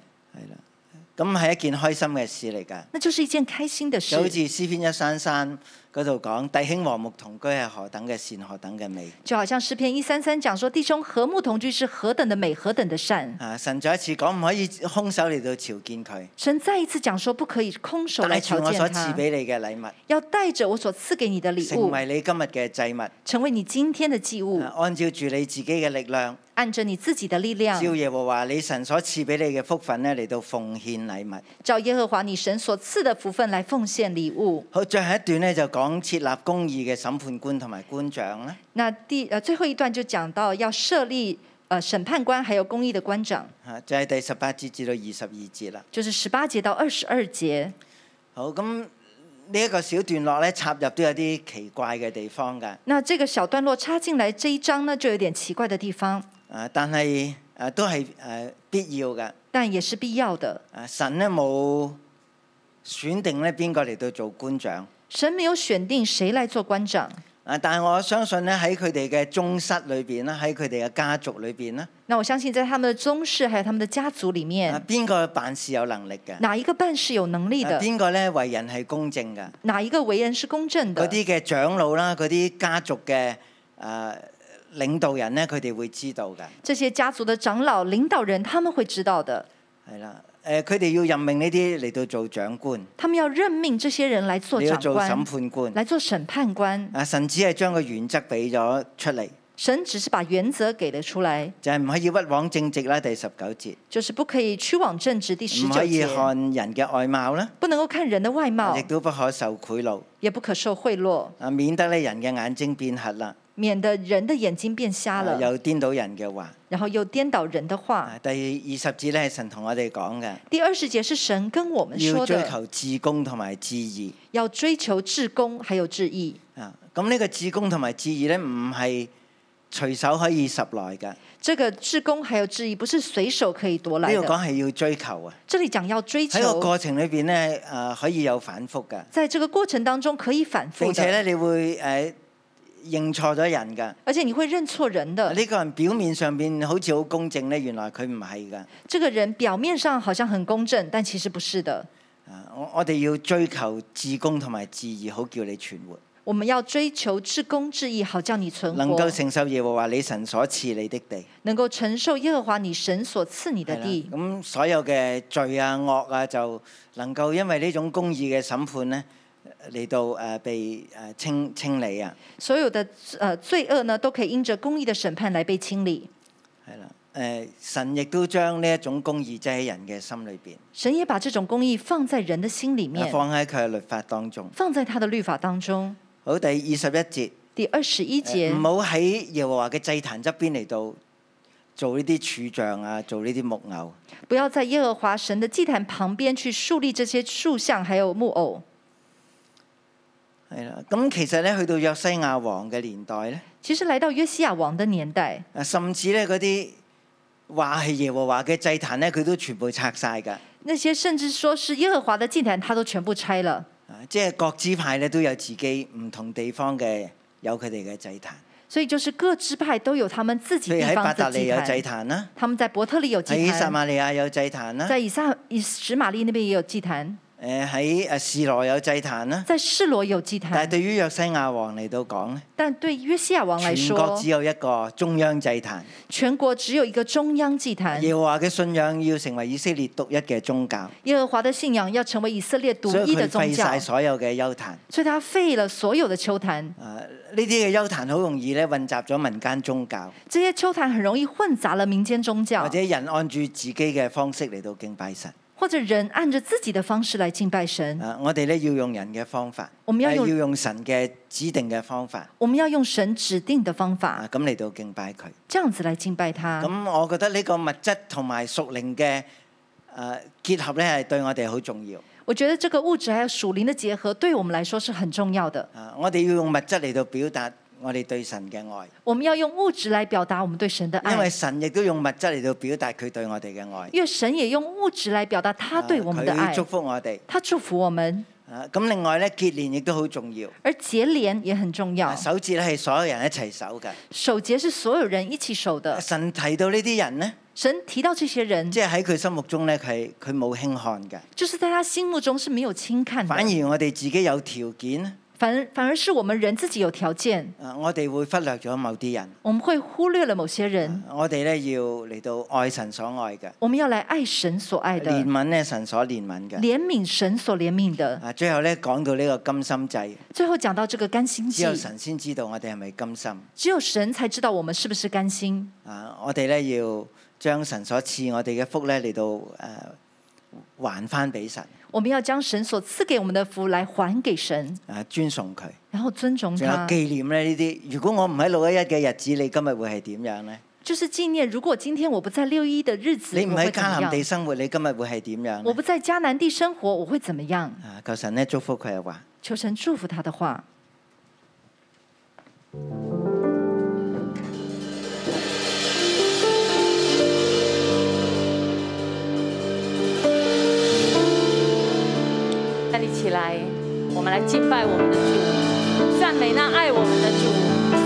咁係一件開心嘅事嚟㗎，
那就是一件開心的事
就好。似詩篇一三三嗰度講，弟兄和睦同居係何等嘅善，何等嘅美。
就好像詩篇一三三講說，弟兄和睦同居是何等的美，何等的善。
啊！神再一次講唔可以空手嚟到朝見佢，
神再一次講說，不可以空手
帶
來
住
瞧
我所
見
賜
他，
俾你嘅禮物，
要帶着我所賜給你的禮
成
物，
為你今日嘅祭物。
成為你今天的祭物
啊，按照住你自己嘅力量，
按着你自己的力量，
照耶和華你神所賜俾你嘅福分咧嚟到奉獻禮物。
照耶和華你神所賜的福分來奉獻禮物。
好，最後一段咧就講設立公義嘅審判官同埋官長啦。
那第呃最後一段就講到要設立呃審判官，還有公義的官長，
啊，就係第十八節至到二十二節啦。
就是十八節到二十二節。
好，咁呢一個小段落咧插入都有啲奇怪嘅地方㗎。
那這個小段落插進來這一章呢，就有點奇怪的地方，
啊，但係啊都係誒、啊必要㗎。
但也是必要的。
啊，神咧冇選定咧邊個嚟到做官長。
神沒有選定誰來做官長，
啊，但係我相信咧喺佢哋嘅宗室裏邊啦，喺佢哋嘅家族裏邊啦，
那我相信在他們的宗室還有他們的家族裡
啊
面，
邊個辦事有能力嘅？啊
哪一個辦事有能力的，
邊個咧為人係公正嘅？
哪一個為人是公正
嗰
的，
啲嘅長老啦，嗰啲家族嘅啊領導人咧，佢哋會知道㗎，
这些家族的长老、领导人他们会知道的，
係啦。誒，佢哋要任命呢啲嚟到做長官，
他们要任命这些人来做
你要
长
做審
官，
判官。
来做审判官。
啊，神只係將個原則俾咗出嚟，
神只是把原则给了出来，
就係唔可以屈枉正直啦。第十九節，
就是不可以屈枉正直。第十
唔
九
可以
节，
看人嘅外貌啦，
不能够看人的外貌
亦，都不可受賄賂，
也不可受贿赂，
啊，免得咧人嘅眼睛變瞎啦，
免得人的眼睛变瞎
啊
了，
又顛倒人嘅話。
然后又颠倒人的话。
啊第二十節咧係神同我哋講嘅，
第二十节是神跟我们
要
说
追
的，
求至公同埋至義。
要追求至公还有至义。
啊，咁呢個至公同埋至義咧唔係隨手可以拾來㗎。
这个至公还有至义不是随手可以夺
呢
来
度
的。
講係要追求啊，
这里讲要追
喺個
求，
過程裏邊咧，誒、啊可以有反覆㗎，
在这个过程当中可以反复
並且
的，
咧你會誒、呃、認錯咗人㗎。
而且你会认错人的。
呢個人表面上邊好似好公正咧，原來佢唔係㗎。
这个人表面上好像很公正，但其实不是的。
啊，我我哋要追求至公同埋至義，好叫你存活，
我们要追求至公至义，好叫你存
能
活
夠，承受耶和華你神所賜你的地。
能够承受耶和華你神所赐你的
係啦
地。
咁所有嘅罪啊、惡啊，就能夠因為呢種公義嘅審判咧，嚟到誒、呃被誒清清理啊，
所有的呃罪恶呢，都可以因着公义的审判来被清理。
係啦。誒、神亦都將呢一種公義擠喺人嘅心裏邊，
神也把这种公义放在人的心里面，
哎放喺佢嘅律法當中。
放在他的律法当中。
好，第二十一節，
第二十一
呃
节，
唔好喺耶和華嘅祭壇側邊嚟到做呢啲柱像啊，做呢啲木偶。
不要在耶和华神的祭坛旁边去树立这些塑像还有木偶。
係啦，咁其實咧，去到約西亞王嘅年代咧，
其实来到约西亚王的年代，
啊，甚至咧嗰啲話係耶和華嘅祭壇咧，佢都全部拆晒㗎。
那些甚至说是耶和华的祭坛，他都全部拆了。
啊，即係各支派咧都有自己唔同地方嘅有佢哋嘅祭壇，
所以就是各支派都有他们自己
譬如
地
喺
方
伯特
的
利
祭
有祭
坛。
壇啦，
他们在伯特利有祭
喺撒
坛，
瑪利亞有祭壇啦，
在以撒以史玛利那边也有祭坛，
誒喺誒示羅有祭壇啦。
在示罗有祭
但係
坛。
對於約西亞王嚟到講咧，
但对约西亚王来
全國
说
只，有一個中央祭壇，
全国只有一个中央祭坛。
耶和華嘅信仰要成為以色列獨一嘅宗教，
耶和华的信仰要成为以色列独
所以
一
佢
的宗
廢
教
晒，所有嘅丘壇。
所以他废了所有的丘坛。
啊！呢啲嘅丘壇好容易咧混雜咗民間宗教，
这些丘坛很容易混杂了民间宗
或
教，
者人按住自己嘅方式嚟到敬拜神。
或者人按着自己的方式来敬拜神。
啊！我哋咧要用人嘅方法，
我們要
呃
用
要用神嘅指定嘅方法
我们要用神指定的方
啊，
法，
咁嚟到敬拜佢。
这样子来敬拜他。
咁我覺得呢個物質同埋屬靈嘅誒結合咧，係對我哋好重要。
我觉得这个物质还有属灵的结合，对我们来说是很重要的。
啊！我哋要用物質嚟到表達我哋對神嘅愛，
我们要用物质来表达我们对神的
因為
爱，
神亦都用物質嚟到表達佢對我哋嘅愛。
因为神也用物质来表达他对我们的
啊
爱
佢祝，福我哋。
他祝福我们。
啊！咁另外咧，結連亦都好重要。
而结连也很重要
啊，手指咧係所有人一齊手嘅。
守节是所有人一起守的。
神提到呢啲人呢，
神提到这些人，
即係喺佢心目中咧，佢佢冇輕看嘅，
就是在他心目中是没有轻看的，
反而我哋自己有條件呢，
反而反而是我们人自己有条件，
啊我哋會忽略咗某啲人。
我们会忽略了某些人。
我哋咧要嚟到愛神所愛嘅，
我们要来爱神所爱的
憐，憫咧神所憐憫嘅。
怜悯神所怜悯的。
啊，最後咧講到呢個甘心祭，
最后讲到这个甘心
只
祭，
有神先知道我哋係咪甘心。
只有神才知道我们是不是甘心。
啊，我哋咧要將神所賜我哋嘅福咧嚟到誒、呃、還翻俾神，
我们要将神所赐给我们的福来还给神，
啊尊崇佢，
然后尊重
仲有
他，
紀念咧呢啲。如果我唔喺六一一嘅日子，你今日會係點樣咧？
就是纪念。如果今天我不在六一的日子，
你唔
我
喺
会
迦
怎么
南
样
地？生活，你今日會係點樣
我
呢？
不在迦南地生活，我会怎么样？
啊，求神咧祝福佢嘅話。
求神祝福他的话。
站立起来，我们来敬拜我们的主，赞美那爱我们的主，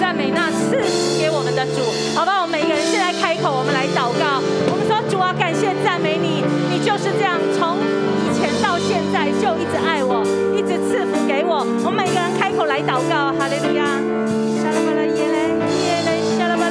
赞美那赐福给我们的主，好不好？我们每个人现在开口，我们来祷告，我们说主啊，感谢赞美你，你就是这样从以前到现在就一直爱我，一直赐福给我，我们每个人开口来祷告，哈利路亚。沙拉巴拉耶嘞耶嘞，沙拉巴哦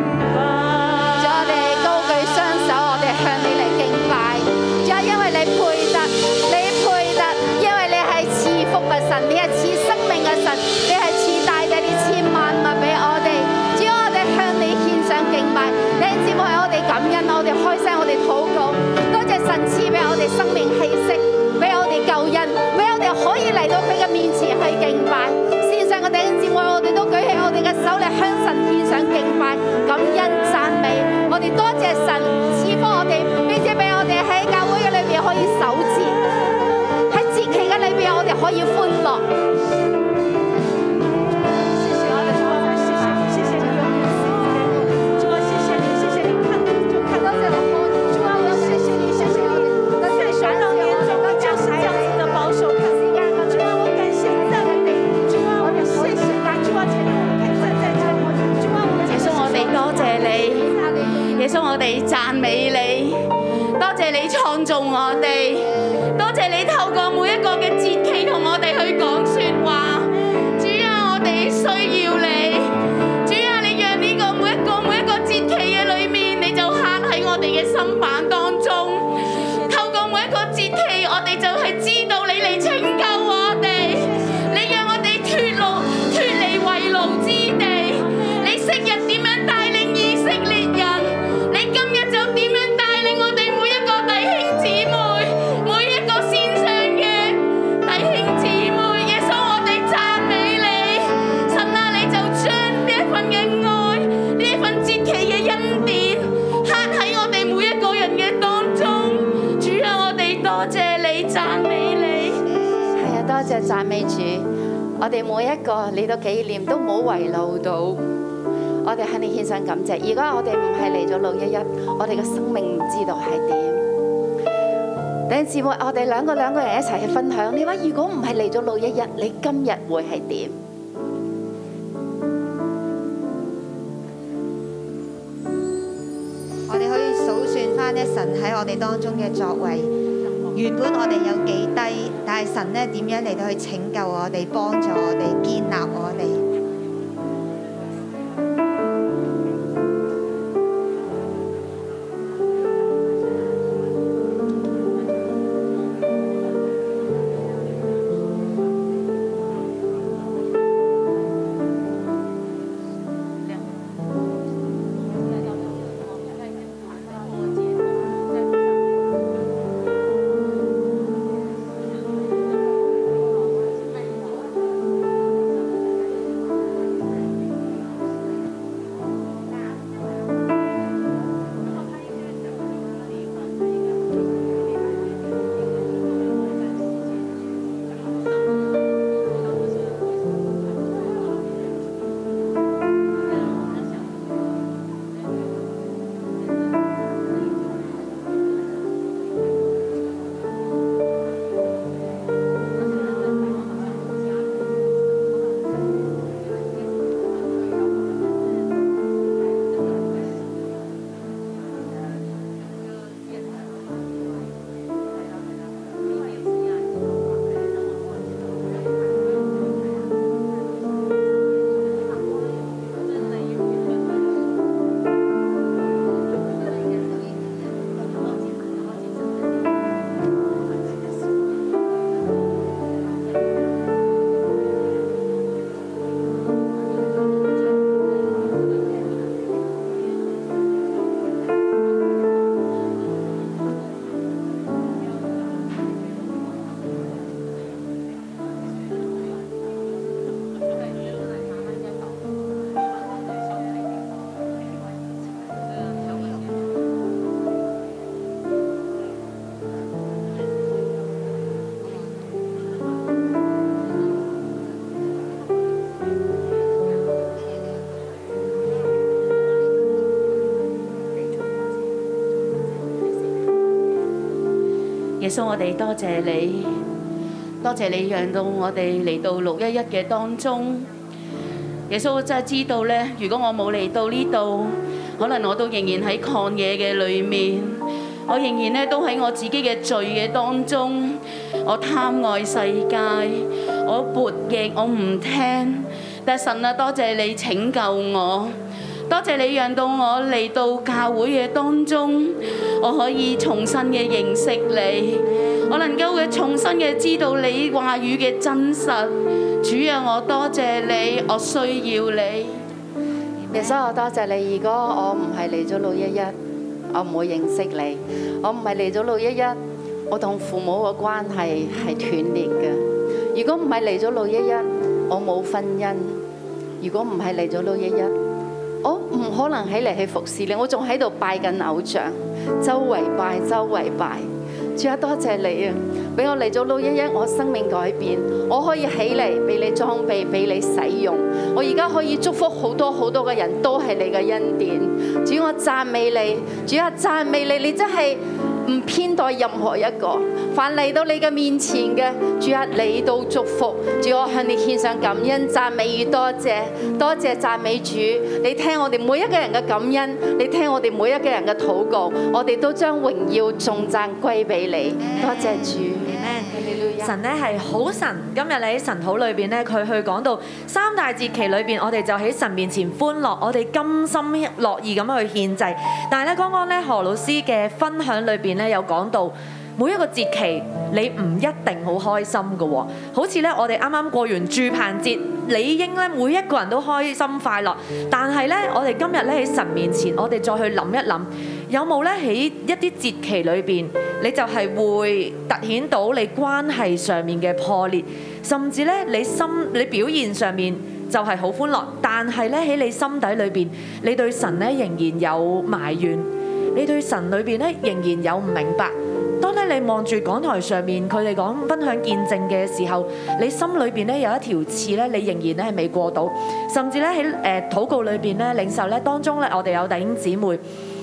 啊係賜生命嘅神，你係賜大地，你賜萬物俾我哋。主啊，我哋向你獻上敬拜，弟兄姊妹，我哋感恩，我哋開聲，我哋禱告，多謝神賜俾我哋生命氣息，俾我哋救恩，俾我哋可以嚟到佢嘅面前去敬拜。線上嘅弟兄姊妹，我哋都舉起我哋嘅手嚟向神獻上敬拜、感恩、讚美。我哋多謝神賜福我哋，並且俾我哋喺教會嘅裏邊可以守節，喺節期嘅裏邊我哋可以歡樂。
谢谢我的主啊，谢谢，谢谢你有你的慈悲，主啊，谢谢你，谢谢你看就看到这里，主啊，我谢谢你，谢谢你，在繁荣年中你就是这样子的保守看顾，主啊，我感谢赞美你，主啊，我谢谢你，主啊，今天我们可以站在这里，主啊，我们
耶穌，我哋多謝你，耶穌，我哋讚美你，多謝你創造我哋，多謝你透過每一個嘅節期同我哋去講説話。主啊，我哋需要你，主啊，你讓呢個每一個每一個節期嘅裏面，你就刻喺我哋嘅心板當中。透過每一個節期，我哋就係知道你嚟拯救我哋，你讓我哋脱路脱離為奴之地。你昔日點樣帶領以色列人，你今日就點樣帶領我哋每一個弟兄姊妹，每一個線上嘅弟兄姊妹。耶穌，我哋讚美你，神啊，你就將呢一份嘅愛，呢一份節期嘅恩典，刻喺我哋每一個人嘅當中。主啊，我哋多謝你，讚美你。
係啊，多謝讚美主，我哋每一個嚟到紀念都冇遺漏到，我哋向你獻上感謝。如果我哋唔係嚟咗六一一，我哋嘅生命唔知道係點。弟兄姊妹，我哋兩個兩個人一齊去分享。你話如果唔係嚟咗六一一，你今日會係點？
我哋可以數算翻咧神喺我哋當中嘅作為。原本我哋有幾低，但係神咧點樣嚟到去拯救我哋、幫助我哋、建立我哋。
耶穌，我哋多謝你，多謝你讓到我哋嚟到六一一嘅當中。耶穌，我真係知道呢，如果我冇嚟到呢度，可能我都仍然喺曠野嘅裏面，我仍然呢都喺我自己嘅罪嘅當中，我貪愛世界，我悖逆，我唔聽。但神啊，多謝你拯救我。多謝你讓到我嚟到教會嘅當中，我可以重新嘅認識你，我能夠嘅重新嘅知道你話語嘅真實。主讓我多謝你，我需要你。
耶穌，我多謝你。如果我唔係嚟咗六一一，我唔會認識你。我唔係嚟咗六一一，我同父母嘅關係係斷裂嘅。如果唔係嚟咗六一一，我冇婚姻。如果唔係嚟咗六一一，我唔可能起嚟去服侍你。我仲喺度拜緊偶像，周圍拜，周圍拜。主啊，多謝你啊！俾我嚟咗六一一，我生命改變，我可以起嚟俾你裝備，俾你使用。我而家可以祝福好多好多嘅人，都係你嘅恩典。主，我讚美你，主啊，讚美你，你真係唔偏待任何一個。凡嚟到你嘅面前嘅，主啊，你都祝福。主，我向你獻上感恩、讚美與多謝，多謝讚美主。你聽我哋每一個人嘅感恩，你聽我哋每一個人嘅禱告，我哋都將榮耀、頌讚歸俾你。多謝主。
神咧係好神，今日你喺神土裏邊咧，佢去講到三大節期裏邊，我哋就喺神面前歡樂，我哋甘心樂意咁去獻祭。但係咧，剛剛咧何老師嘅分享裏邊咧有講到。每一個節期，你唔一定好開心嘅喎、好似咧我哋啱啱過完住棚節，理應咧每一個人都開心快樂。但係咧，我哋今日咧喺神面前，我哋再去諗一諗，有冇咧喺一啲節期裏邊，你就係會突顯到你關係上面嘅破裂，甚至咧你心你表現上面。就係好歡樂，但係咧喺你心底裏邊，你對神咧仍然有埋怨，你對神裏邊咧仍然有唔明白。當咧你望住講台上面佢哋講分享見證嘅時候，你心裏邊咧有一條刺咧，你仍然咧係未過到，甚至咧喺誒禱告裏邊咧領受咧當中咧，我哋有弟兄姊妹，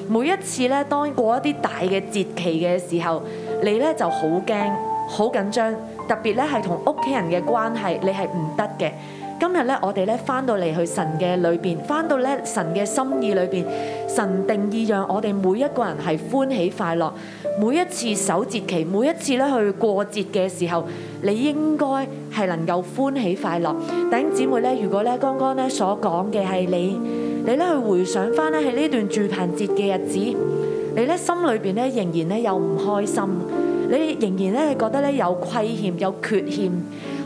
每一次咧當過一啲大嘅節期嘅時候，你咧就好驚、好緊張，特別咧係同屋企人嘅關係，你係唔得嘅。今日咧，我哋咧翻到嚟去神嘅裏邊，翻到咧神嘅心意裏邊，神定義讓我哋每一個人係歡喜快樂。每一次守節期，每一次咧去過節嘅時候，你應該係能夠歡喜快樂。弟兄姊妹咧，如果咧剛剛咧所講嘅係你，你咧去回想翻咧喺呢段住棚節嘅日子，你咧心裏邊咧仍然咧有唔開心，你仍然咧覺得咧有虧欠、有缺欠。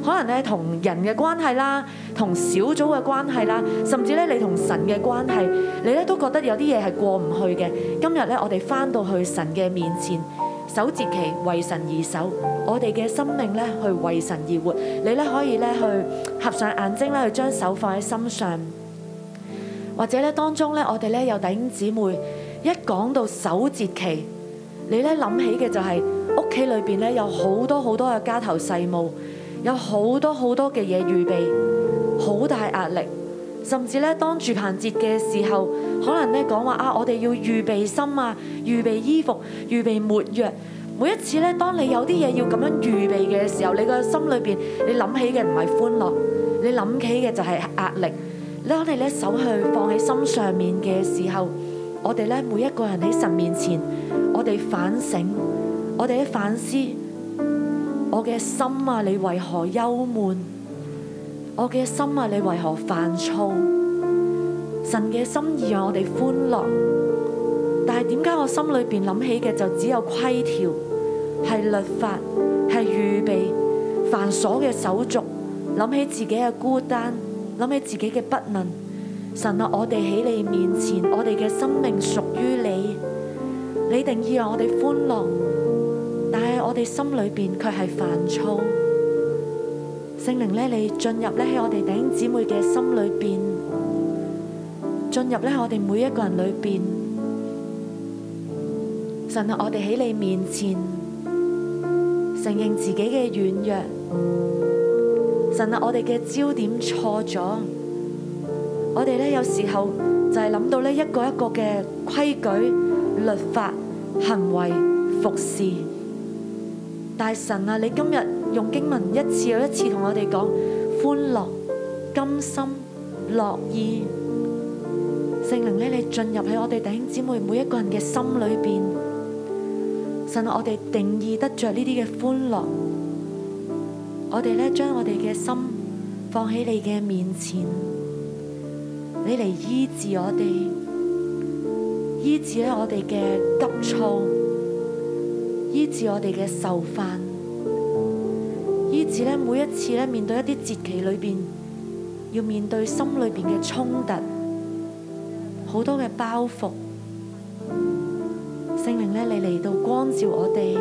可能咧同人嘅關係啦，同小組嘅關係啦，甚至咧你同神嘅關係，你咧都覺得有啲嘢係過唔去嘅。今日咧我哋翻到去神嘅面前，守節期為神而守，我哋嘅生命咧去為神而活。你咧可以咧去合上眼睛咧，去將手放喺心上，或者咧當中咧我哋咧有弟兄姊妹一講到守節期，你咧諗起嘅就係屋企裏邊咧有好多好多嘅家頭細務。有好多好多嘅嘢預備，好大壓力，甚至咧當住棚節嘅時候，可能咧講話啊，我哋要預備心啊，預備衣服，預備沒藥。每一次咧，當你有啲嘢要咁樣預備嘅時候，你個心裏邊你諗起嘅唔係歡樂，你諗起嘅就係壓力。當你咧手去放喺心上面嘅時候，我哋咧每一個人喺神面前，我哋反省，我哋喺反思。我嘅心啊，你為何憂悶？我嘅心啊，你為何煩躁？神嘅心意讓我哋歡樂，但係點解我心裏邊諗起嘅就只有規條、係律法、係預備、繁瑣嘅手續，諗起自己嘅孤單，諗起自己嘅不能。神啊，我哋喺你面前，我哋嘅生命屬於你，你定義讓我哋歡樂。但係我哋心裏邊卻係煩躁。聖靈咧，你進入咧喺我哋弟兄姊妹嘅心裏邊，進入咧我哋每一個人裏邊。神啊，我哋喺你面前承認自己嘅軟弱。神啊，我哋嘅焦點錯咗。我哋咧有時候就係諗到呢一個一個嘅規矩、律法、行為、服侍。大神啊，你今日用經文一次又一次同我哋講歡樂、甘心、樂意。聖靈咧，你進入喺我哋弟兄姊妹每一個人嘅心裏邊。神啊，我哋定義得着呢啲嘅歡樂，我哋咧將我哋嘅心放喺你嘅面前。你嚟醫治我哋，醫治咧我哋嘅急躁，醫治我哋嘅受犯，醫治咧每一次咧面對一啲節期裏邊，要面對心裏邊嘅衝突，好多嘅包袱。聖靈咧，你嚟到光照我哋，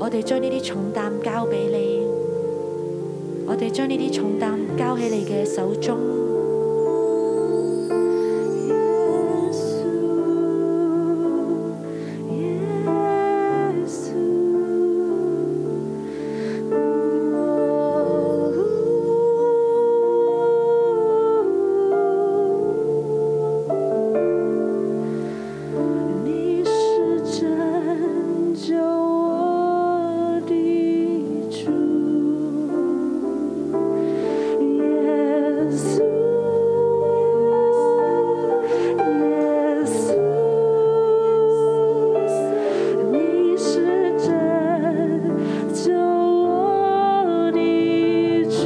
我哋將呢啲重擔交俾你，我哋將呢啲重擔交喺你嘅手中。
你是拯救我的主，耶稣，耶稣，你是拯救我的主，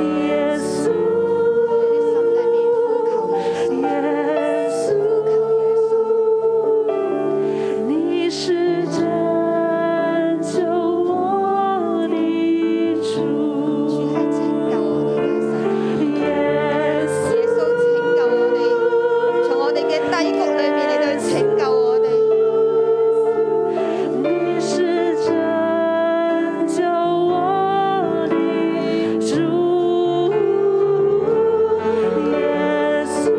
耶稣。耶稣，你是拯救我的主。耶稣，你是拯救我的主。耶稣。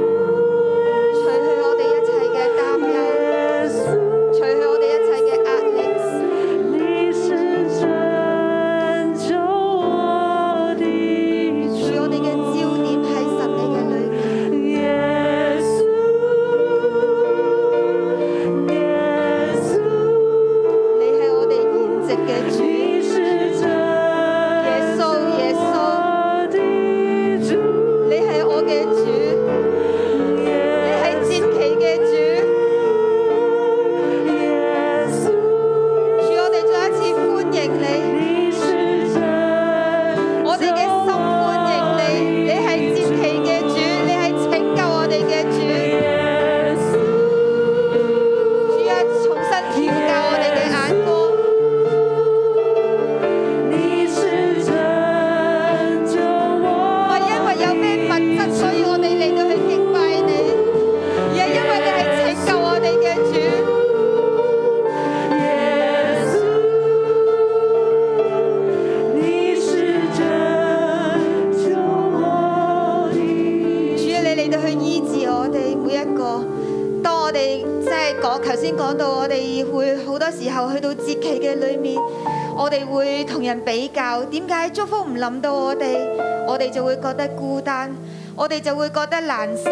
你是拯救我的主，我哋嘅焦點喺神你嘅裏面。耶穌，耶穌，你係我哋筵席嘅主。你是拯救我的主，你係我嘅主，你係節期嘅主。耶穌。主，我哋再一次歡迎你。我哋嘅心歡迎你，你係節期嘅主，你係拯救我哋嘅主。主啊，重新調教我哋嘅眼光。唔係因為有咩物質，所以我哋嚟到去敬拜你，而係因為你係拯救我哋嘅主。耶穌，你是拯救我
主
的
啊，你嚟到去醫治我哋每一個。當我哋即係講頭先講到，我哋會好多時候去到節期嘅裏面，我哋會同人比較，點解祝福唔臨到我哋？我哋就會覺得孤單，我哋就會覺得難受。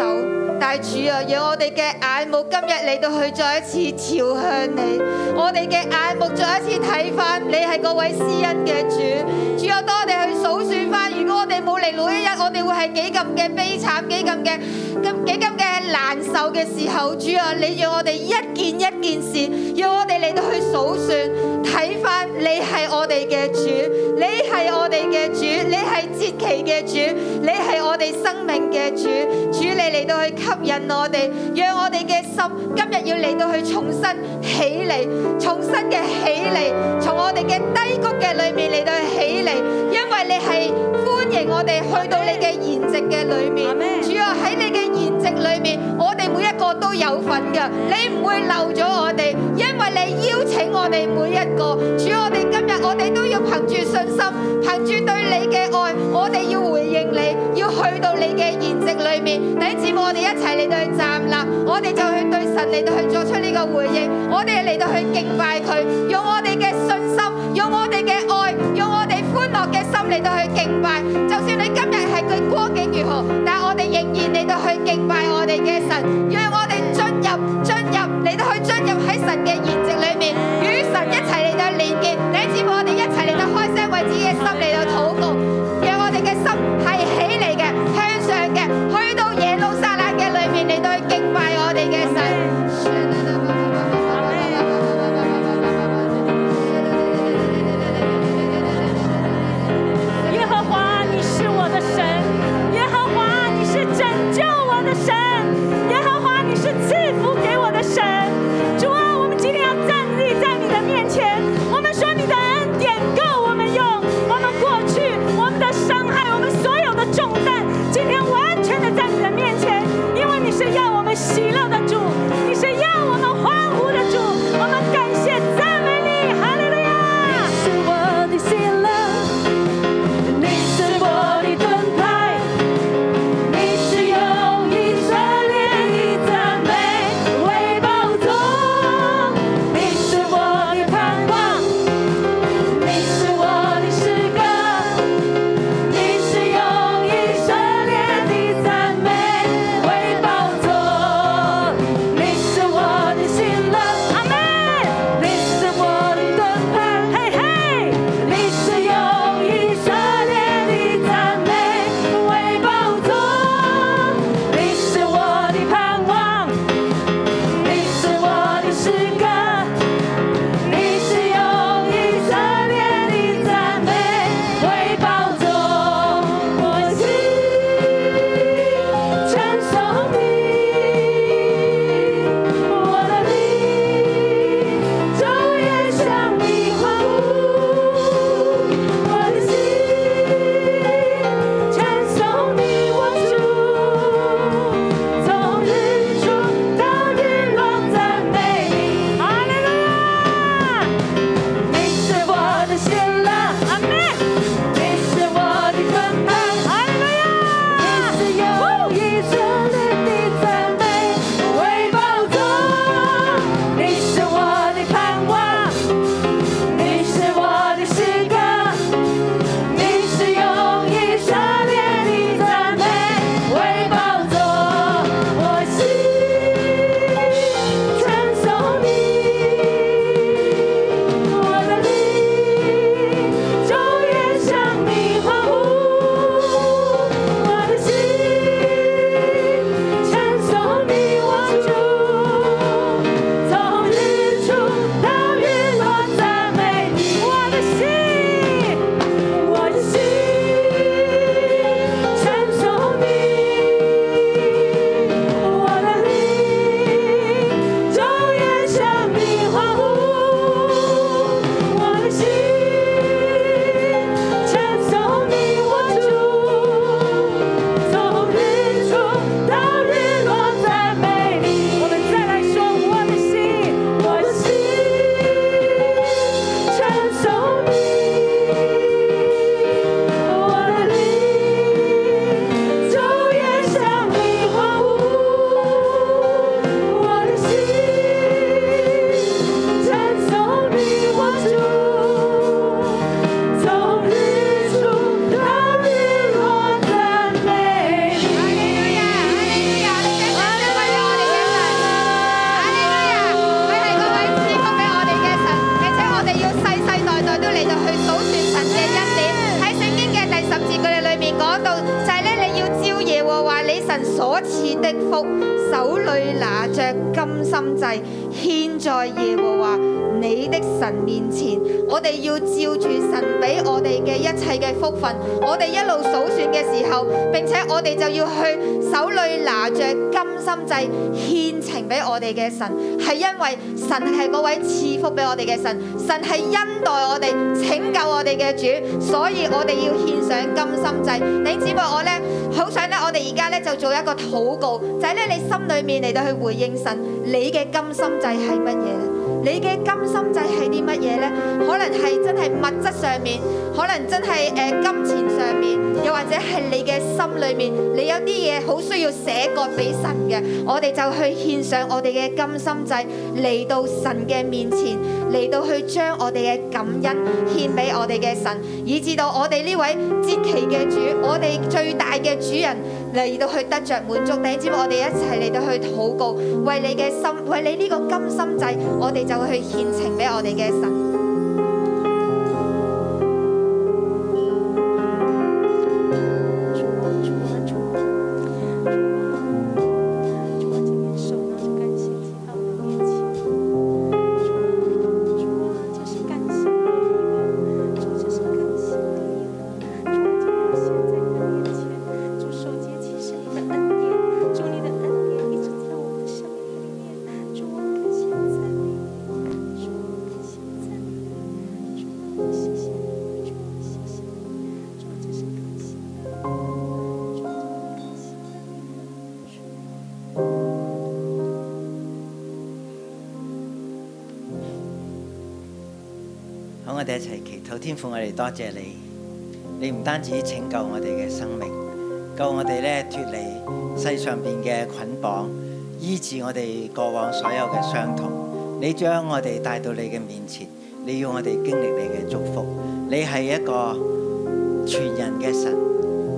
但係主啊，讓我哋嘅眼目今日嚟到去再一次朝向你，我哋嘅眼目再一次睇翻你係嗰位施恩嘅主。主啊，當我哋去數算翻，如果我哋冇嚟老一日，我哋會係幾咁嘅悲慘，幾咁嘅咁幾咁嘅難受嘅時候，主啊，你讓我哋一件一件事，讓我哋嚟到去數算，睇翻你係我哋嘅主，你係我哋嘅主，你係節期嘅主，你係我哋生命嘅主，主你嚟到去吸引我哋，讓我哋嘅心今日要嚟到去重新起嚟，重新嘅起嚟，從我哋嘅低谷嘅裏面嚟到去起嚟，因為你係歡迎我哋去到你嘅筵席嘅裏面，主啊喺你嘅筵席裏面，我哋每一個都有份嘅，你唔會漏咗我哋，因為你邀請我哋每一個。主，我哋今日我哋都要憑住信心，憑住對你嘅愛，我哋要回應你，要去到你嘅筵席裏面。弟兄姊妹，我哋一齊嚟到去站立，我哋就去對神嚟到去作出呢個回應，我哋嚟到去敬拜佢，用我哋嘅信心，用我哋嘅愛，用我哋歡樂嘅心嚟到去敬拜。就算你今日係佢光景如何，但係我哋仍然嚟到去敬拜我哋嘅神，讓我哋進入進入嚟到去進入喺神嘅筵席裏面，與神一齊嚟到連結。弟兄姊妹，我哋一齊嚟到開聲為自己嘅心嚟到禱告，讓我哋嘅心係起嚟嘅，向上嘅，去到耶路撒冷嘅裏面嚟到去敬拜我哋嘅神。
耶和华，你是我的神，
所賜的福，手裏拿着甘心祭，獻在耶和華你的神面前。我哋要照住神俾我哋嘅一切嘅福分，我哋一路數算嘅時候，並且我哋就要去手裏拿着甘心祭獻呈俾我哋嘅神，係因為神係嗰位賜福俾我哋嘅神，神係恩待我哋、拯救我哋嘅主，所以我哋要獻上甘心祭。弟兄姊妹，我呢。好想咧，我哋而家咧就做一個禱告，就係咧你心裏面嚟到去回應神，你嘅甘心祭係乜嘢咧？你嘅甘心祭係啲乜嘢咧？可能係真係物質上面，可能真係誒、呃金錢上面，又或者係你嘅心裏面，你有啲嘢好需要寫過俾神嘅，我哋就去獻上我哋嘅甘心祭嚟到神嘅面前，嚟到去將我哋嘅感恩獻俾我哋嘅神，以至到我哋呢位節期嘅主，我哋最大嘅主人嚟到去得着滿足。弟兄姊妹，我哋一齊嚟到去禱告，為你嘅心，為你呢個甘心祭，我哋就去獻呈俾我哋嘅神。
好，我哋一齊祈禱，天父，我哋多謝你，你唔單止拯救我哋嘅生命，救我哋咧脱離世上邊嘅捆綁，醫治我哋過往所有嘅傷痛。你將我哋帶到你嘅面前，你要我哋經歷你嘅祝福。你係一個全人嘅神，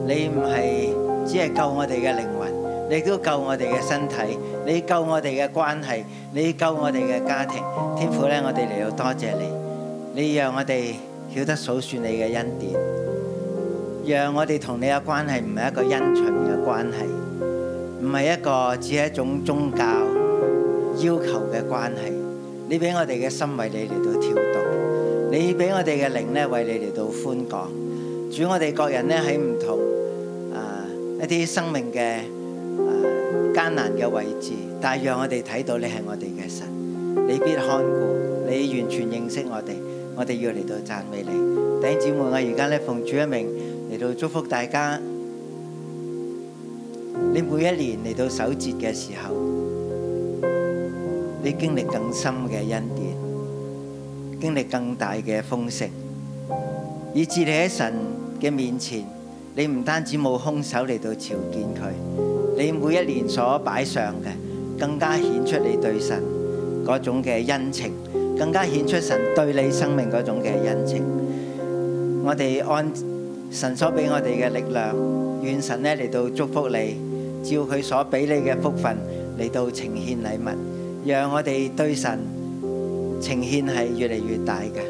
你唔係只係救我哋嘅靈魂，你都救我哋嘅身體，你救我哋嘅關係，你救我哋嘅家庭。天父咧，我哋嚟到多謝你。你讓我哋曉得數算你嘅恩典，讓我哋同你嘅關係唔係一個因循嘅關係，唔係一個只係一種宗教要求嘅關係。你俾我哋嘅心為你嚟到跳動，你俾我哋嘅靈咧為你嚟到寬廣。主，我哋各人咧喺唔同啊一啲生命嘅啊艱難嘅位置，但係讓我哋睇到你係我哋嘅神。你必看顧，你完全認識我哋，我哋要嚟到讚美你。弟兄姊妹，我而家咧奉主一名嚟到祝福大家。你每一年嚟到首節嘅時候，你經歷更深嘅恩典，經歷更大嘅豐盛，以至你喺神嘅面前，你唔單止冇空手嚟到朝見佢，你每一年所擺上嘅，更加顯出你對神嗰種嘅恩情，更加顯出神對你生命嗰種嘅恩情。我哋按神所俾我哋嘅力量，願神咧嚟到祝福你，照佢所俾你嘅福分嚟到呈獻禮物，讓我哋對神呈獻係越嚟越大嘅。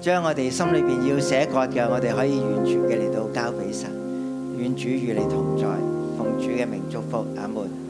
將我哋心裏邊要寫割嘅，我哋可以完全嘅嚟到交俾神。願主與你同在，奉主嘅名祝福，阿門。